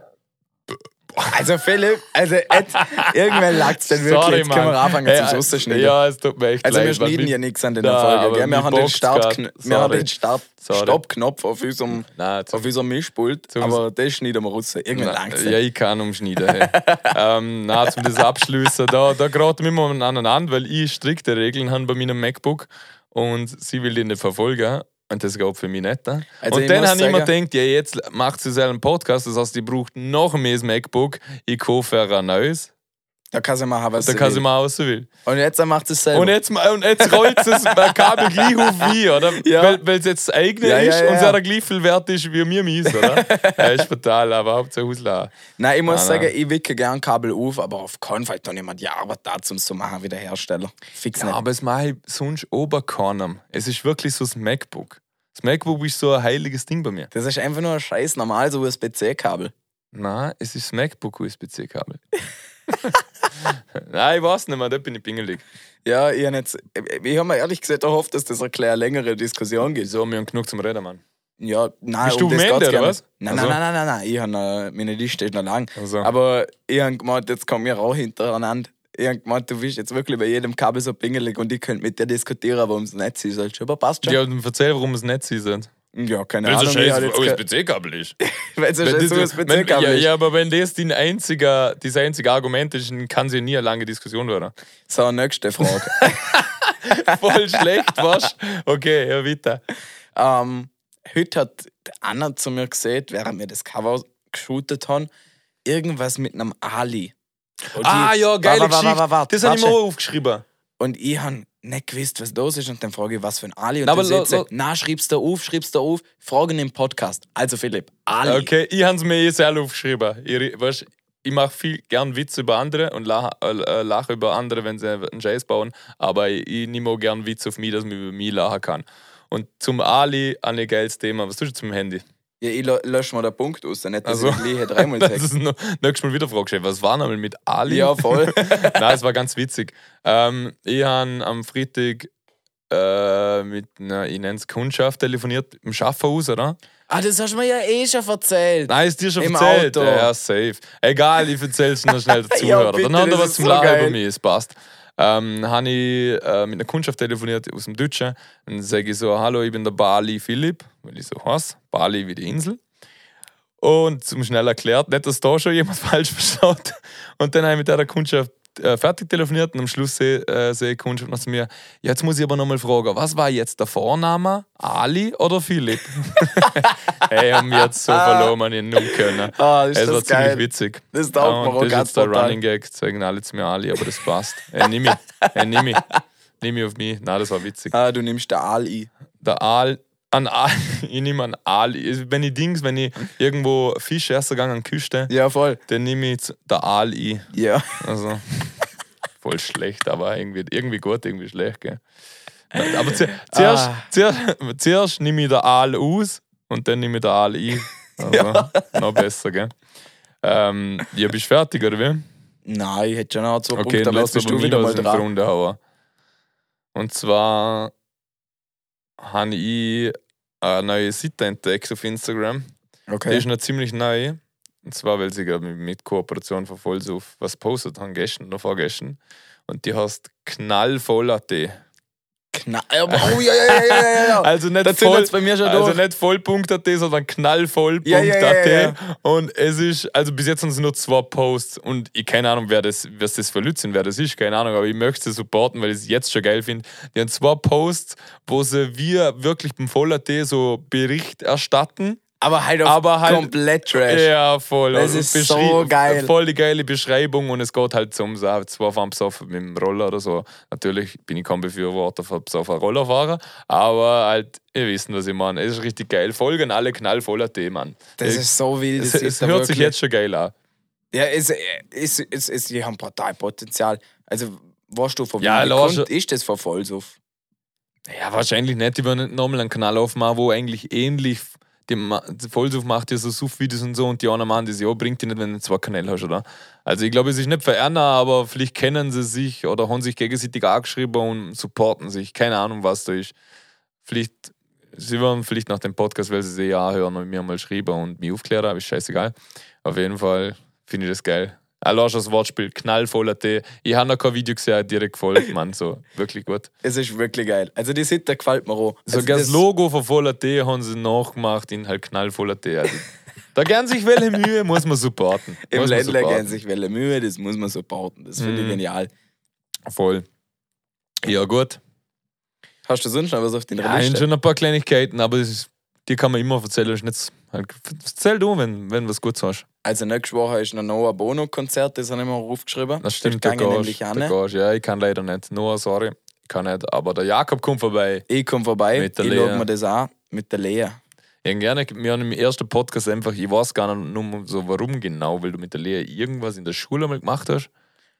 [SPEAKER 1] Also Philipp, also jetzt, irgendwann lagt's denn wirklich.
[SPEAKER 2] Sorry,
[SPEAKER 1] jetzt können
[SPEAKER 2] Mann.
[SPEAKER 1] wir anfangen
[SPEAKER 2] Hey,
[SPEAKER 1] zum Rausschneiden.
[SPEAKER 2] Ja, es tut mir echt
[SPEAKER 1] Also
[SPEAKER 2] leid.
[SPEAKER 1] wir
[SPEAKER 2] weil
[SPEAKER 1] schneiden
[SPEAKER 2] mit-
[SPEAKER 1] ja nichts an den
[SPEAKER 2] Na,
[SPEAKER 1] Folgen.
[SPEAKER 2] aber
[SPEAKER 1] gell?
[SPEAKER 2] mit
[SPEAKER 1] Wir, haben den
[SPEAKER 2] Box
[SPEAKER 1] Start,
[SPEAKER 2] grad.
[SPEAKER 1] wir haben
[SPEAKER 2] Sorry.
[SPEAKER 1] den Start
[SPEAKER 2] Sorry.
[SPEAKER 1] Stoppknopf auf unserem,
[SPEAKER 2] Nein, jetzt-
[SPEAKER 1] auf unserem Mischpult, aber das schneiden wir raus. Irgendwann langt
[SPEAKER 2] Ja, ich kann umschneiden. Hey. ähm, na, zum das abschließen, da, da geraten wir immer aneinander, weil ich strikte Regeln habe bei meinem MacBook und sie will die nicht verfolgen. Und das geht für mich nicht. Ne?
[SPEAKER 1] Also ich
[SPEAKER 2] und dann
[SPEAKER 1] muss
[SPEAKER 2] habe ich immer
[SPEAKER 1] sagen-
[SPEAKER 2] gedacht, ja, jetzt macht sie selber einen Podcast, das heißt, die braucht noch mehr das MacBook. Ich kaufe ihr ein neues,
[SPEAKER 1] Da kann sie machen, was
[SPEAKER 2] da
[SPEAKER 1] sie
[SPEAKER 2] kann
[SPEAKER 1] will. Also-
[SPEAKER 2] sie mal aus sie will.
[SPEAKER 1] Und jetzt macht es selber.
[SPEAKER 2] Und jetzt, und jetzt rollt sie das Kabel gleich auf wie, oder?
[SPEAKER 1] Ja.
[SPEAKER 2] Weil es jetzt das eigene
[SPEAKER 1] Ja, ja,
[SPEAKER 2] ist
[SPEAKER 1] ja,
[SPEAKER 2] und
[SPEAKER 1] ja.
[SPEAKER 2] sie hat gleich viel wert ist wie mir mies, oder? ja, ist fatal, aber Hauptsache Hausla.
[SPEAKER 1] Nein, ich muss
[SPEAKER 2] Nein,
[SPEAKER 1] sagen,
[SPEAKER 2] Ah, nein.
[SPEAKER 1] ich wicke gern Kabel auf, aber auf keinen Fall dann jemand die Arbeit da, um es zu machen wie der Hersteller. Fix
[SPEAKER 2] Ja,
[SPEAKER 1] nicht.
[SPEAKER 2] aber es mache ich sonst oberkornem. Es ist wirklich so das MacBook. Das MacBook ist so ein heiliges Ding bei mir.
[SPEAKER 1] Das ist einfach nur ein scheiß normales USB-C-Kabel.
[SPEAKER 2] Nein, es ist das MacBook USB-C-Kabel. Nein, ich weiß nicht mehr, da bin ich pingelig.
[SPEAKER 1] Ja, ich habe jetzt, äh, ich habe mir ehrlich gesagt erhofft, dass das eine kleine längere Diskussion gibt.
[SPEAKER 2] So, wir haben genug zum Reden, Mann.
[SPEAKER 1] Ja, nein, um
[SPEAKER 2] Bist du
[SPEAKER 1] das
[SPEAKER 2] am Ende,
[SPEAKER 1] geht's gar
[SPEAKER 2] oder
[SPEAKER 1] nicht.
[SPEAKER 2] was?
[SPEAKER 1] Nein,
[SPEAKER 2] Also-
[SPEAKER 1] nein, nein, nein, nein, ich habe noch, meine Liste ist noch lang.
[SPEAKER 2] Also.
[SPEAKER 1] Aber ich habe gemeint, jetzt kommen wir auch hintereinander. Ich habe gemeint, du bist jetzt wirklich bei jedem Kabel so pingelig und ich könnte mit dir diskutieren, warum es nicht sein soll. Aber passt schon.
[SPEAKER 2] Ja, dann erzähl, warum es nicht sie sind.
[SPEAKER 1] Ja, keine Ahnung. ich hab jetzt ge-
[SPEAKER 2] USB-C-Kabel ist.
[SPEAKER 1] Weil es ein
[SPEAKER 2] Wenn
[SPEAKER 1] scheiß
[SPEAKER 2] das- wenn- ja,
[SPEAKER 1] USB-C-Kabel ist.
[SPEAKER 2] ja, aber wenn das dein einziger, dein einziger Argument ist, dann kann sie nie eine lange Diskussion werden.
[SPEAKER 1] So, nächste Frage.
[SPEAKER 2] Voll schlecht, was? Okay, ja, weiter.
[SPEAKER 1] Ähm, heute hat die Anna zu mir gesagt, während wir das Cover geshootet haben, irgendwas mit einem Ali. Und
[SPEAKER 2] Ah,
[SPEAKER 1] ich-
[SPEAKER 2] ja,
[SPEAKER 1] Warte,
[SPEAKER 2] geile
[SPEAKER 1] warte,
[SPEAKER 2] Geschichte.
[SPEAKER 1] warte, warte,
[SPEAKER 2] das habe ich mir
[SPEAKER 1] warte.
[SPEAKER 2] auch aufgeschrieben.
[SPEAKER 1] Und ich habe nicht gewusst, was los ist. Und dann frage ich, was für ein Ali. Und
[SPEAKER 2] Na,
[SPEAKER 1] dann
[SPEAKER 2] aber lo-
[SPEAKER 1] sagt sie,
[SPEAKER 2] lo-
[SPEAKER 1] na, schreib's da auf, schreib's da auf. Fragen im Podcast. Also, Philipp, Ali.
[SPEAKER 2] Okay, ich habe es mir eh selber aufgeschrieben. Ich, re- weißt, ich mache viel gern Witze über andere und lache äh, lache über andere, wenn sie einen Scheiß bauen. Aber ich, ich nehme auch gern Witze auf mich, dass man über mich lachen kann. Und zum Ali, ein geiles Thema. Was tust du zum Handy?
[SPEAKER 1] Ja, ich lö- lösche mal den Punkt aus, dann nicht, dass
[SPEAKER 2] Also.
[SPEAKER 1] ich gleich dreimal
[SPEAKER 2] Das
[SPEAKER 1] sage.
[SPEAKER 2] ist noch, nächstes Mal wieder fragst, was war nochmal mit Ali?
[SPEAKER 1] Ja, voll.
[SPEAKER 2] Nein, es war ganz witzig. Ähm, ich habe am Freitag äh, mit einer, ich nenne es Kundschaft, telefoniert im Schaffhaus, oder?
[SPEAKER 1] ah, das hast du mir ja eh schon erzählt.
[SPEAKER 2] Nein, ist dir schon
[SPEAKER 1] Im
[SPEAKER 2] erzählt.
[SPEAKER 1] Auto.
[SPEAKER 2] Ja, safe. Egal, ich erzähl's noch schnell den
[SPEAKER 1] Ja,
[SPEAKER 2] Zuhörern.
[SPEAKER 1] bitte,
[SPEAKER 2] Dann hat er
[SPEAKER 1] das
[SPEAKER 2] was
[SPEAKER 1] ist
[SPEAKER 2] zum
[SPEAKER 1] so
[SPEAKER 2] Lachen
[SPEAKER 1] geil.
[SPEAKER 2] über mich, es passt. Ähm, habe ich äh, mit einer Kundschaft telefoniert aus dem Deutschen. Dann sage ich so: Hallo, ich bin der Bali Philipp, weil ich so heiß. Bali wie die Insel. Und zum schnell erklärt, nicht, dass da schon jemand falsch versteht. Und dann habe ich mit der Kundschaft äh, fertig telefoniert und am Schluss sehe äh, sehe die Kundschaft noch zu mir: Jetzt muss ich aber nochmal fragen, was war jetzt der Vorname? Ali oder Philipp? Ey, haben wir jetzt so verloren, man ihn nun können.
[SPEAKER 1] Ah, ist
[SPEAKER 2] es war
[SPEAKER 1] das geil.
[SPEAKER 2] ziemlich witzig.
[SPEAKER 1] Das taugt mir
[SPEAKER 2] und
[SPEAKER 1] auch
[SPEAKER 2] Das ist
[SPEAKER 1] ganz
[SPEAKER 2] jetzt der
[SPEAKER 1] total.
[SPEAKER 2] Running Gag, zeigen alle zu mir Ali, aber das passt. Ey, nimm mich. Ey, nimm mich. Nimm mich auf mich. Nein, das war witzig.
[SPEAKER 1] Ah, du nimmst den Ali.
[SPEAKER 2] Der Aal, an Aal, ich nehme an Aal. Wenn ich Dings, wenn ich irgendwo Fisch erst gegangen an die Küste,
[SPEAKER 1] Ja, voll.
[SPEAKER 2] dann nehme ich jetzt der Aal ein.
[SPEAKER 1] Ja.
[SPEAKER 2] Also, voll schlecht, aber irgendwie, irgendwie gut, irgendwie schlecht, gell? Nein, Aber zu- zuerst,
[SPEAKER 1] Ah.
[SPEAKER 2] zuerst, zuerst nehme ich den Aal aus und dann nehme ich den Aal ein. Also, noch besser, gell? Ähm, ja, bist du fertig, oder wie?
[SPEAKER 1] Nein, ich hätte schon noch zwei
[SPEAKER 2] Okay,
[SPEAKER 1] Punkte,
[SPEAKER 2] dann
[SPEAKER 1] aber
[SPEAKER 2] lass
[SPEAKER 1] jetzt
[SPEAKER 2] mich
[SPEAKER 1] bist du
[SPEAKER 2] aber
[SPEAKER 1] wieder
[SPEAKER 2] wieder
[SPEAKER 1] mal
[SPEAKER 2] aus dem
[SPEAKER 1] dran.
[SPEAKER 2] Grunde hauen. Und zwar habe ich eine neue Seite entdeckt auf Instagram. Die
[SPEAKER 1] Okay.
[SPEAKER 2] ist noch ziemlich neu. Und zwar, weil sie gerade mit, mit Kooperation von Vollsuff was postet haben, gestern oder vorgestern. Und die heißt Knallvoll.at.
[SPEAKER 1] Knall. Oh, ja, ja, ja, ja, ja, ja.
[SPEAKER 2] Also nicht
[SPEAKER 1] Das sind
[SPEAKER 2] voll,
[SPEAKER 1] jetzt bei mir schon
[SPEAKER 2] also
[SPEAKER 1] durch.
[SPEAKER 2] nicht voll.at, sondern knallvoll.at.
[SPEAKER 1] Ja, ja, ja, ja.
[SPEAKER 2] Und es ist, also bis jetzt sind es nur zwei Posts und ich keine Ahnung, wer das, was das für Lützen, wer das ist, keine Ahnung, aber ich möchte sie supporten, weil ich es jetzt schon geil finde. Die haben zwei Posts, wo sie wir wirklich beim Voll.at so Bericht erstatten.
[SPEAKER 1] Aber halt auf
[SPEAKER 2] Aber halt-
[SPEAKER 1] komplett Trash.
[SPEAKER 2] Ja, voll.
[SPEAKER 1] Das
[SPEAKER 2] Also
[SPEAKER 1] ist
[SPEAKER 2] beschrie-
[SPEAKER 1] so geil.
[SPEAKER 2] Voll die geile Beschreibung und es geht halt zum so, zwar fahren besoffen mit dem Roller oder so. Natürlich bin ich kein Befürworter von besoffen Rollerfahrer, aber halt, ihr wisst, was ich meine. Es ist richtig geil. Folgen alle knallvoller Themen.
[SPEAKER 1] Das ist so wild.
[SPEAKER 2] es,
[SPEAKER 1] das
[SPEAKER 2] es
[SPEAKER 1] ist da
[SPEAKER 2] hört sich
[SPEAKER 1] wirklich-
[SPEAKER 2] jetzt schon geil an.
[SPEAKER 1] Ja, es, es, es, es, die haben brutal Potenzial. Also, weißt du, von
[SPEAKER 2] Ja,
[SPEAKER 1] wem
[SPEAKER 2] lass-
[SPEAKER 1] kommt, ist das von Vollsuff?
[SPEAKER 2] Ja, wahrscheinlich nicht. Die werden nicht nochmal einen Kanal aufmachen, wo eigentlich ähnlich dem Ma- Vollsuff macht ja so Suff-Videos und so und die anderen machen das ja, bringt die nicht, wenn du zwei Kanäle hast, oder? Also ich glaube, es ist nicht verändert, aber vielleicht kennen sie sich oder haben sich gegenseitig angeschrieben und supporten sich. Keine Ahnung, was da ist. Vielleicht, sie werden vielleicht nach dem Podcast, weil sie sie ja hören und mir mal schreiben und mich aufklären, aber ist scheißegal. Auf jeden Fall Finde ich das geil. Allein schon das Wortspiel, knallvoller Tee. Ich habe noch kein Video gesehen, direkt gefolgt, Mann. So, wirklich gut.
[SPEAKER 1] Es ist wirklich geil. Also die Sitte gefällt mir auch. Also
[SPEAKER 2] Sogar das
[SPEAKER 1] das-
[SPEAKER 2] Logo von voller Tee haben sie nachgemacht in halt knallvoller Tee. Also, da gern sich welche Mühe, muss man supporten.
[SPEAKER 1] Im
[SPEAKER 2] Muss man
[SPEAKER 1] Ländler gehen
[SPEAKER 2] supporten.
[SPEAKER 1] sich Welle Mühe, das muss man so bauten. Das finde ich
[SPEAKER 2] Mhm.
[SPEAKER 1] genial.
[SPEAKER 2] Voll. Ja, gut.
[SPEAKER 1] Hast du sonst noch was auf den
[SPEAKER 2] Ja, sind
[SPEAKER 1] Liste?
[SPEAKER 2] schon ein paar Kleinigkeiten, aber das ist, die kann man immer erzählen. Ist nicht, halt, erzähl du, wenn, wenn was Gutes hast.
[SPEAKER 1] Also nächste Woche ist noch Noah Bono Konzert, das habe ich mir auch aufgeschrieben.
[SPEAKER 2] Das stimmt,
[SPEAKER 1] das
[SPEAKER 2] der
[SPEAKER 1] gange
[SPEAKER 2] Gage,
[SPEAKER 1] nämlich
[SPEAKER 2] der
[SPEAKER 1] an. ne?
[SPEAKER 2] Gage. Ja, ich kann leider nicht. Noah, sorry. Ich kann nicht. Aber der Jakob kommt vorbei.
[SPEAKER 1] Ich komme vorbei, ich
[SPEAKER 2] Mit der
[SPEAKER 1] schaue
[SPEAKER 2] Lea.
[SPEAKER 1] mir das an mit der Lea.
[SPEAKER 2] Ja, gerne. Wir haben im ersten Podcast einfach, ich weiß gar nicht nur so warum genau, weil du mit der Lea irgendwas in der Schule mal gemacht hast.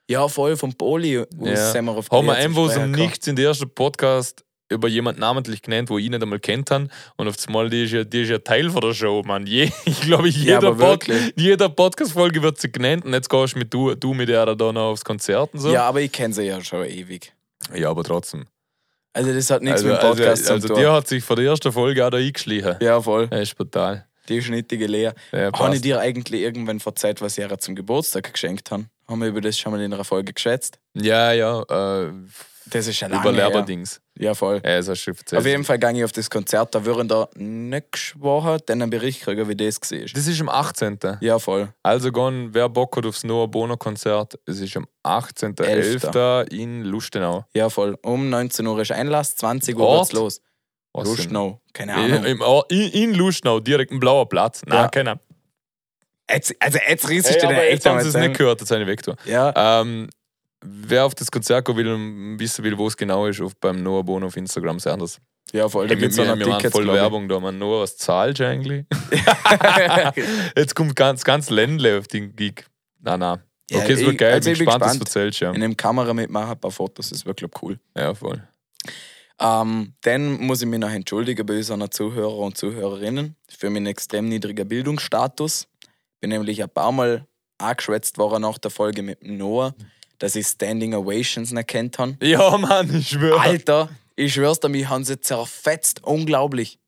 [SPEAKER 1] Ja, voll vom Poli aus
[SPEAKER 2] Ja.
[SPEAKER 1] sind wir auf die
[SPEAKER 2] Haben wir
[SPEAKER 1] Lea zu
[SPEAKER 2] einfach so
[SPEAKER 1] sprechen gekommen.
[SPEAKER 2] um nichts in der ersten Podcast über jemanden namentlich genannt, wo ich nicht einmal kennt habe. Und auf einmal, die ist ja, die ist ja Teil von der Show, Mann. Je, ich glaube, jeder,
[SPEAKER 1] aber
[SPEAKER 2] Pod,
[SPEAKER 1] wirklich.
[SPEAKER 2] jeder Podcast-Folge wird sie genannt. Und jetzt gehst mit du, du mit der da noch aufs Konzert und so.
[SPEAKER 1] Ja, aber ich kenne sie ja schon ewig.
[SPEAKER 2] ja aber trotzdem.
[SPEAKER 1] Also das hat nichts
[SPEAKER 2] also,
[SPEAKER 1] mit dem Podcast
[SPEAKER 2] also, also
[SPEAKER 1] zu tun.
[SPEAKER 2] der hat sich von der ersten Folge auch da eingeschlichen.
[SPEAKER 1] ja, voll.
[SPEAKER 2] Ja, ist brutal.
[SPEAKER 1] Die schnittige Lea.
[SPEAKER 2] Ja,
[SPEAKER 1] Habe ich
[SPEAKER 2] passt.
[SPEAKER 1] dir eigentlich irgendwann verzeiht, was ich ihr zum Geburtstag geschenkt habe? Haben wir über das schon mal in einer Folge geschätzt?
[SPEAKER 2] ja, ja äh,
[SPEAKER 1] Das ist ja lange
[SPEAKER 2] über
[SPEAKER 1] her.
[SPEAKER 2] Lerberdings.
[SPEAKER 1] Ja, voll.
[SPEAKER 2] Ja, das hast du erzählt.
[SPEAKER 1] Auf jeden Fall gehe ich auf das Konzert, da würden da nächste Woche dann einen Bericht kriegen, wie das war.
[SPEAKER 2] Das ist am 18.
[SPEAKER 1] Ja, voll.
[SPEAKER 2] Also, gehen, wer Bock hat aufs Noah Bono Konzert, es ist am 18.11. in Lustenau.
[SPEAKER 1] Ja, voll. Um 19 Uhr ist Einlass, 20 Uhr
[SPEAKER 2] Ort?
[SPEAKER 1] geht's los.
[SPEAKER 2] Was denn?
[SPEAKER 1] Luschnau. Keine
[SPEAKER 2] In,
[SPEAKER 1] Ahnung.
[SPEAKER 2] im, oh, in, in Lustenau, direkt ein blauer Platz. Nein,
[SPEAKER 1] Ja.
[SPEAKER 2] keine Ahnung.
[SPEAKER 1] Jetzt, also jetzt riss ich
[SPEAKER 2] Ey,
[SPEAKER 1] dir den
[SPEAKER 2] aber jetzt
[SPEAKER 1] echt
[SPEAKER 2] haben
[SPEAKER 1] einmal
[SPEAKER 2] sie es
[SPEAKER 1] zusammen.
[SPEAKER 2] nicht gehört, jetzt habe ich weg. getan.
[SPEAKER 1] Ja,
[SPEAKER 2] Ähm, wer auf das Konzert gehen will und wissen will, wo es genau ist, auf, beim Noah Bono auf Instagram sehen das.
[SPEAKER 1] ja, voll. Da
[SPEAKER 2] Ey,
[SPEAKER 1] gibt's auch
[SPEAKER 2] wir,
[SPEAKER 1] noch
[SPEAKER 2] wir machen
[SPEAKER 1] Tickets,
[SPEAKER 2] voll
[SPEAKER 1] glaub ich.
[SPEAKER 2] Werbung da, man. Noah, was zahlst du eigentlich? Jetzt kommt ganz, ganz Ländle auf den Gig. Na, na.
[SPEAKER 1] Ja,
[SPEAKER 2] okay, es wird
[SPEAKER 1] ich-
[SPEAKER 2] geil.
[SPEAKER 1] also
[SPEAKER 2] bin
[SPEAKER 1] ich bin
[SPEAKER 2] gespannt, was du
[SPEAKER 1] gespannt.
[SPEAKER 2] erzählst. Ja.
[SPEAKER 1] In dem Kamera mitmachen, ein paar Fotos, das wäre, glaube ich, cool.
[SPEAKER 2] ja, voll.
[SPEAKER 1] Ähm, dann muss ich mich noch entschuldigen bei unseren Zuhörer und Zuhörerinnen für meinen extrem niedrigen Bildungsstatus. Bin nämlich ein paar Mal angeschwätzt worden nach der Folge mit dem Noah, dass ich Standing Ovations nicht kennt habe.
[SPEAKER 2] Ja, Mann, ich schwöre.
[SPEAKER 1] Alter, ich schwör's dir, mich haben sie zerfetzt, unglaublich.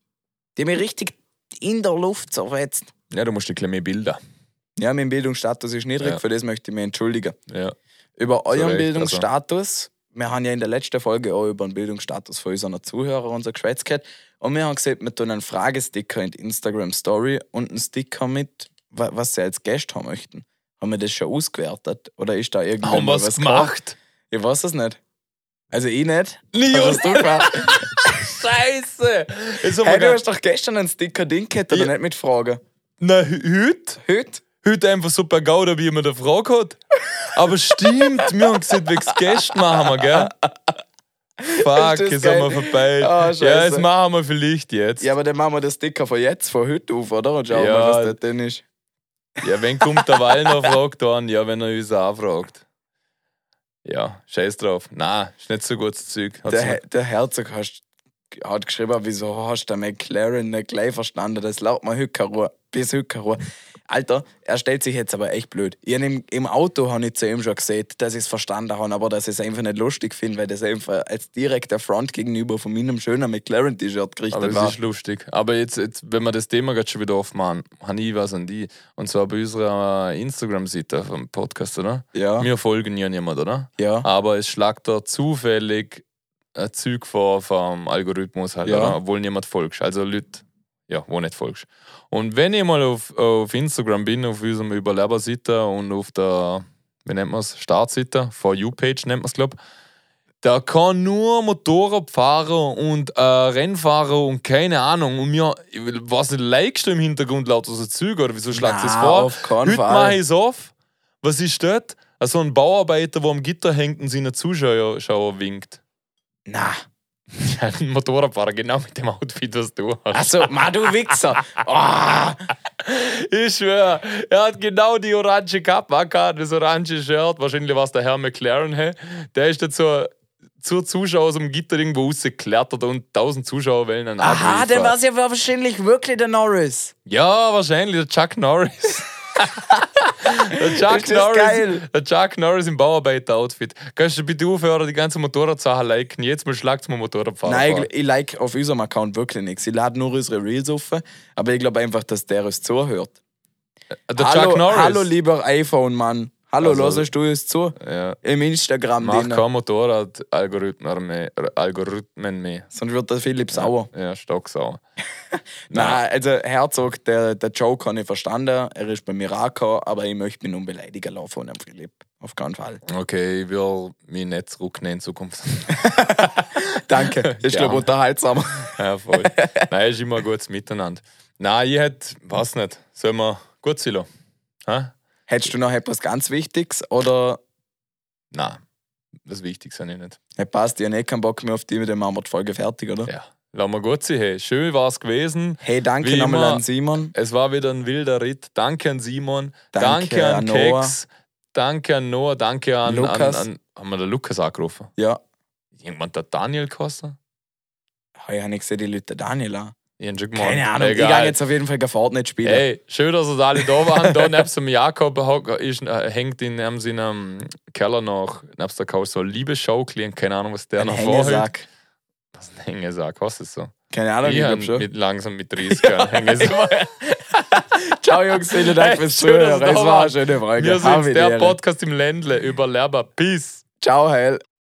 [SPEAKER 1] Die haben mich richtig in der Luft zerfetzt.
[SPEAKER 2] Ja, du musst ein bisschen mehr Bilder.
[SPEAKER 1] Ja, mein Bildungsstatus ist niedrig,
[SPEAKER 2] Ja.
[SPEAKER 1] für das möchte ich mich entschuldigen.
[SPEAKER 2] Ja.
[SPEAKER 1] Über euren
[SPEAKER 2] Recht, also.
[SPEAKER 1] Bildungsstatus, wir haben ja in der letzten Folge auch über den Bildungsstatus von unseren Zuhörern unser Geschwätz gehabt. Und wir haben gesagt, wir tun einen Fragesticker in die Instagram Story und einen Sticker mit, wa- was sie als Gast haben möchten. Haben wir das schon ausgewertet? Oder ist da irgendwann
[SPEAKER 2] Haben
[SPEAKER 1] mal
[SPEAKER 2] wir es
[SPEAKER 1] gekommen?
[SPEAKER 2] gemacht?
[SPEAKER 1] Ich weiß es nicht. Also ich nicht.
[SPEAKER 2] Nios,
[SPEAKER 1] Hast du gemacht?
[SPEAKER 2] Scheiße! Jetzt haben wir
[SPEAKER 1] hey, du
[SPEAKER 2] gar...
[SPEAKER 1] hast doch gestern einen Sticker Ding gehabt, oder
[SPEAKER 2] Ja.
[SPEAKER 1] nicht mit Fragen?
[SPEAKER 2] Na, hü- heute?
[SPEAKER 1] Heute?
[SPEAKER 2] Heute einfach super Gauder, wie immer der Frage hat. Aber stimmt, wir haben gesagt, wegen Gäste machen wir, gell? Fuck,
[SPEAKER 1] das
[SPEAKER 2] jetzt haben wir
[SPEAKER 1] geil.
[SPEAKER 2] verpeilt.
[SPEAKER 1] Ah, scheiße.
[SPEAKER 2] ja, jetzt machen wir vielleicht jetzt.
[SPEAKER 1] Ja, aber dann machen wir den Sticker von jetzt, von heute auf, oder? Und schauen
[SPEAKER 2] Ja.
[SPEAKER 1] mal, was das denn ist.
[SPEAKER 2] Ja, wenn kommt der Wallner, fragt an. Ja, wenn er uns auch fragt. Ja, scheiß drauf. Nein, ist nicht so gutes Zeug. Hat's
[SPEAKER 1] Der,
[SPEAKER 2] mir-
[SPEAKER 1] Her- der Herzog hast, hat geschrieben, wieso hast du den McLaren nicht gleich verstanden? Das laut mal Hückerruhe. Bis Hückerruhe. Alter, er stellt sich jetzt aber echt blöd. Ich hab im, Im Auto habe ich zu ihm schon gesehen, dass ich es verstanden habe, aber dass ich es einfach nicht lustig finde, weil das einfach als direkter Front gegenüber von meinem schönen McLaren-T-Shirt
[SPEAKER 2] aber
[SPEAKER 1] gerichtet
[SPEAKER 2] es
[SPEAKER 1] war.
[SPEAKER 2] ist lustig. Aber jetzt, jetzt, wenn wir das Thema gerade schon wieder aufmachen, habe ich was an die. Und zwar bei unserer Instagram-Seite vom Podcast, oder?
[SPEAKER 1] Ja,
[SPEAKER 2] Mir folgen ja niemand, oder?
[SPEAKER 1] ja.
[SPEAKER 2] Aber es schlagt da zufällig ein Zeug vor vom Algorithmus halt,
[SPEAKER 1] Ja.
[SPEAKER 2] oder? obwohl niemand folgst. Also Leute, ja, wo nicht folgst. Und wenn ich mal auf, auf Instagram bin, auf unserem Überleberseite und auf der, wie nennt man es, Startseite, For You-Page nennt man es, glaube da kann nur Motorradfahrer und äh, Rennfahrer und keine Ahnung. Und mir, ich will- weiß nicht, likest du im Hintergrund lauter so Züge oder wieso schlagst du das
[SPEAKER 1] Na,
[SPEAKER 2] vor?
[SPEAKER 1] auf keinen
[SPEAKER 2] Heute
[SPEAKER 1] Fall.
[SPEAKER 2] mache ich es auf. Was ist dort? Also ein Bauarbeiter, der am Gitter hängt und seinen Zuschauer Schauer winkt.
[SPEAKER 1] Na.
[SPEAKER 2] Ja, ein Motorradfahrer, genau mit dem Outfit, was du hast.
[SPEAKER 1] Achso, Mann, du Wichser. Ah.
[SPEAKER 2] Ich schwöre, er hat genau die orange Kappe angehört, das orange Shirt. Wahrscheinlich war es der Herr McLaren. Hey. Der ist dazu zur Zuschauer aus dem Gitter irgendwo rausgeklettert und tausend Zuschauer wählen einen
[SPEAKER 1] Aha,
[SPEAKER 2] Abriss.
[SPEAKER 1] dann war es ja wahrscheinlich wirklich der Norris.
[SPEAKER 2] Ja, wahrscheinlich der Chuck Norris. der, Chuck
[SPEAKER 1] Ist das
[SPEAKER 2] Norris
[SPEAKER 1] geil?
[SPEAKER 2] der Chuck Norris im Bauarbeiter-Outfit. Kannst du bitte aufhören, die ganzen Motorradsachen liken? Jetzt mal schlagt mal Motorradfahrer.
[SPEAKER 1] Nein,
[SPEAKER 2] vor.
[SPEAKER 1] ich, ich like auf unserem Account wirklich nichts. Ich lade nur unsere Reels auf, aber ich glaube einfach, dass der es zuhört.
[SPEAKER 2] Der
[SPEAKER 1] hallo,
[SPEAKER 2] Chuck Norris.
[SPEAKER 1] hallo, lieber iPhone-Mann. Hallo,
[SPEAKER 2] Also-
[SPEAKER 1] hörst du es zu?
[SPEAKER 2] ja.
[SPEAKER 1] Im Instagram,
[SPEAKER 2] Mach
[SPEAKER 1] denen.
[SPEAKER 2] kein Motorrad-Algorithmen mehr. äh, Algorithmen mehr.
[SPEAKER 1] sonst wird der Philipp sauer.
[SPEAKER 2] Ja, stocksauer.
[SPEAKER 1] Nein, also Herzog, der, der Joke habe ich verstanden. Er ist bei mir angekommen, aber ich möchte mich nun beleidigen lassen von dem Philipp. Auf keinen Fall.
[SPEAKER 2] Okay, ich will mich nicht zurücknehmen in Zukunft.
[SPEAKER 1] Danke. Ist, glaube
[SPEAKER 2] Ja.
[SPEAKER 1] ich, unterhaltsamer.
[SPEAKER 2] ja, voll. Nein, ist immer ein gutes Miteinander. Nein, ich hätte, weiß nicht, sollen wir gut sein lassen? Hä?
[SPEAKER 1] Hättest du noch etwas ganz Wichtiges oder
[SPEAKER 2] Nein, das Wichtigste habe ich nicht.
[SPEAKER 1] hey, passt dir nicht keinen Bock mehr auf die mit dem Marmorfolge fertig, oder?
[SPEAKER 2] Ja, lassen wir gut sein. Hey. Schön war es gewesen.
[SPEAKER 1] Hey, danke
[SPEAKER 2] Wie
[SPEAKER 1] nochmal
[SPEAKER 2] immer.
[SPEAKER 1] an Simon.
[SPEAKER 2] Es war wieder ein wilder Ritt. Danke an Simon.
[SPEAKER 1] Danke
[SPEAKER 2] Danke,
[SPEAKER 1] an
[SPEAKER 2] an,
[SPEAKER 1] Noah.
[SPEAKER 2] Keks. Danke an Noah. Danke an
[SPEAKER 1] Lukas.
[SPEAKER 2] An, an, haben wir den Lukas angerufen?
[SPEAKER 1] Ja,
[SPEAKER 2] Irgendwann der Daniel Koster?
[SPEAKER 1] hey, habe ich gesehen, die Leute Daniel an.
[SPEAKER 2] Ich hab schon gemeint.
[SPEAKER 1] Keine Ahnung, ich
[SPEAKER 2] Egal.
[SPEAKER 1] kann jetzt auf jeden Fall kein Fortnite spielen.
[SPEAKER 2] Hey, schön, dass ihr alle da waren. Da nebst dem Jakob hock- ist, äh, hängt in einem seinem Keller noch, nebst der Couch so liebe Schauklien, keine Ahnung, was der
[SPEAKER 1] Ein
[SPEAKER 2] noch vorhält.
[SPEAKER 1] Hängesack.
[SPEAKER 2] Was ist ein Hängesack, was ist so?
[SPEAKER 1] Keine Ahnung, ich
[SPEAKER 2] ich
[SPEAKER 1] glaube
[SPEAKER 2] hab
[SPEAKER 1] schon.
[SPEAKER 2] mit, langsam mit 30 Jahren Hängesack.
[SPEAKER 1] Ciao Jungs, vielen Dank
[SPEAKER 2] Hey,
[SPEAKER 1] fürs
[SPEAKER 2] schön, dass
[SPEAKER 1] Zuhören.
[SPEAKER 2] ihr da
[SPEAKER 1] Es war
[SPEAKER 2] wart.
[SPEAKER 1] eine schöne Frage.
[SPEAKER 2] Wir
[SPEAKER 1] Hab ich
[SPEAKER 2] sind der
[SPEAKER 1] die Ehre.
[SPEAKER 2] Podcast im Ländle, überlebbar. Peace.
[SPEAKER 1] Ciao, Heil.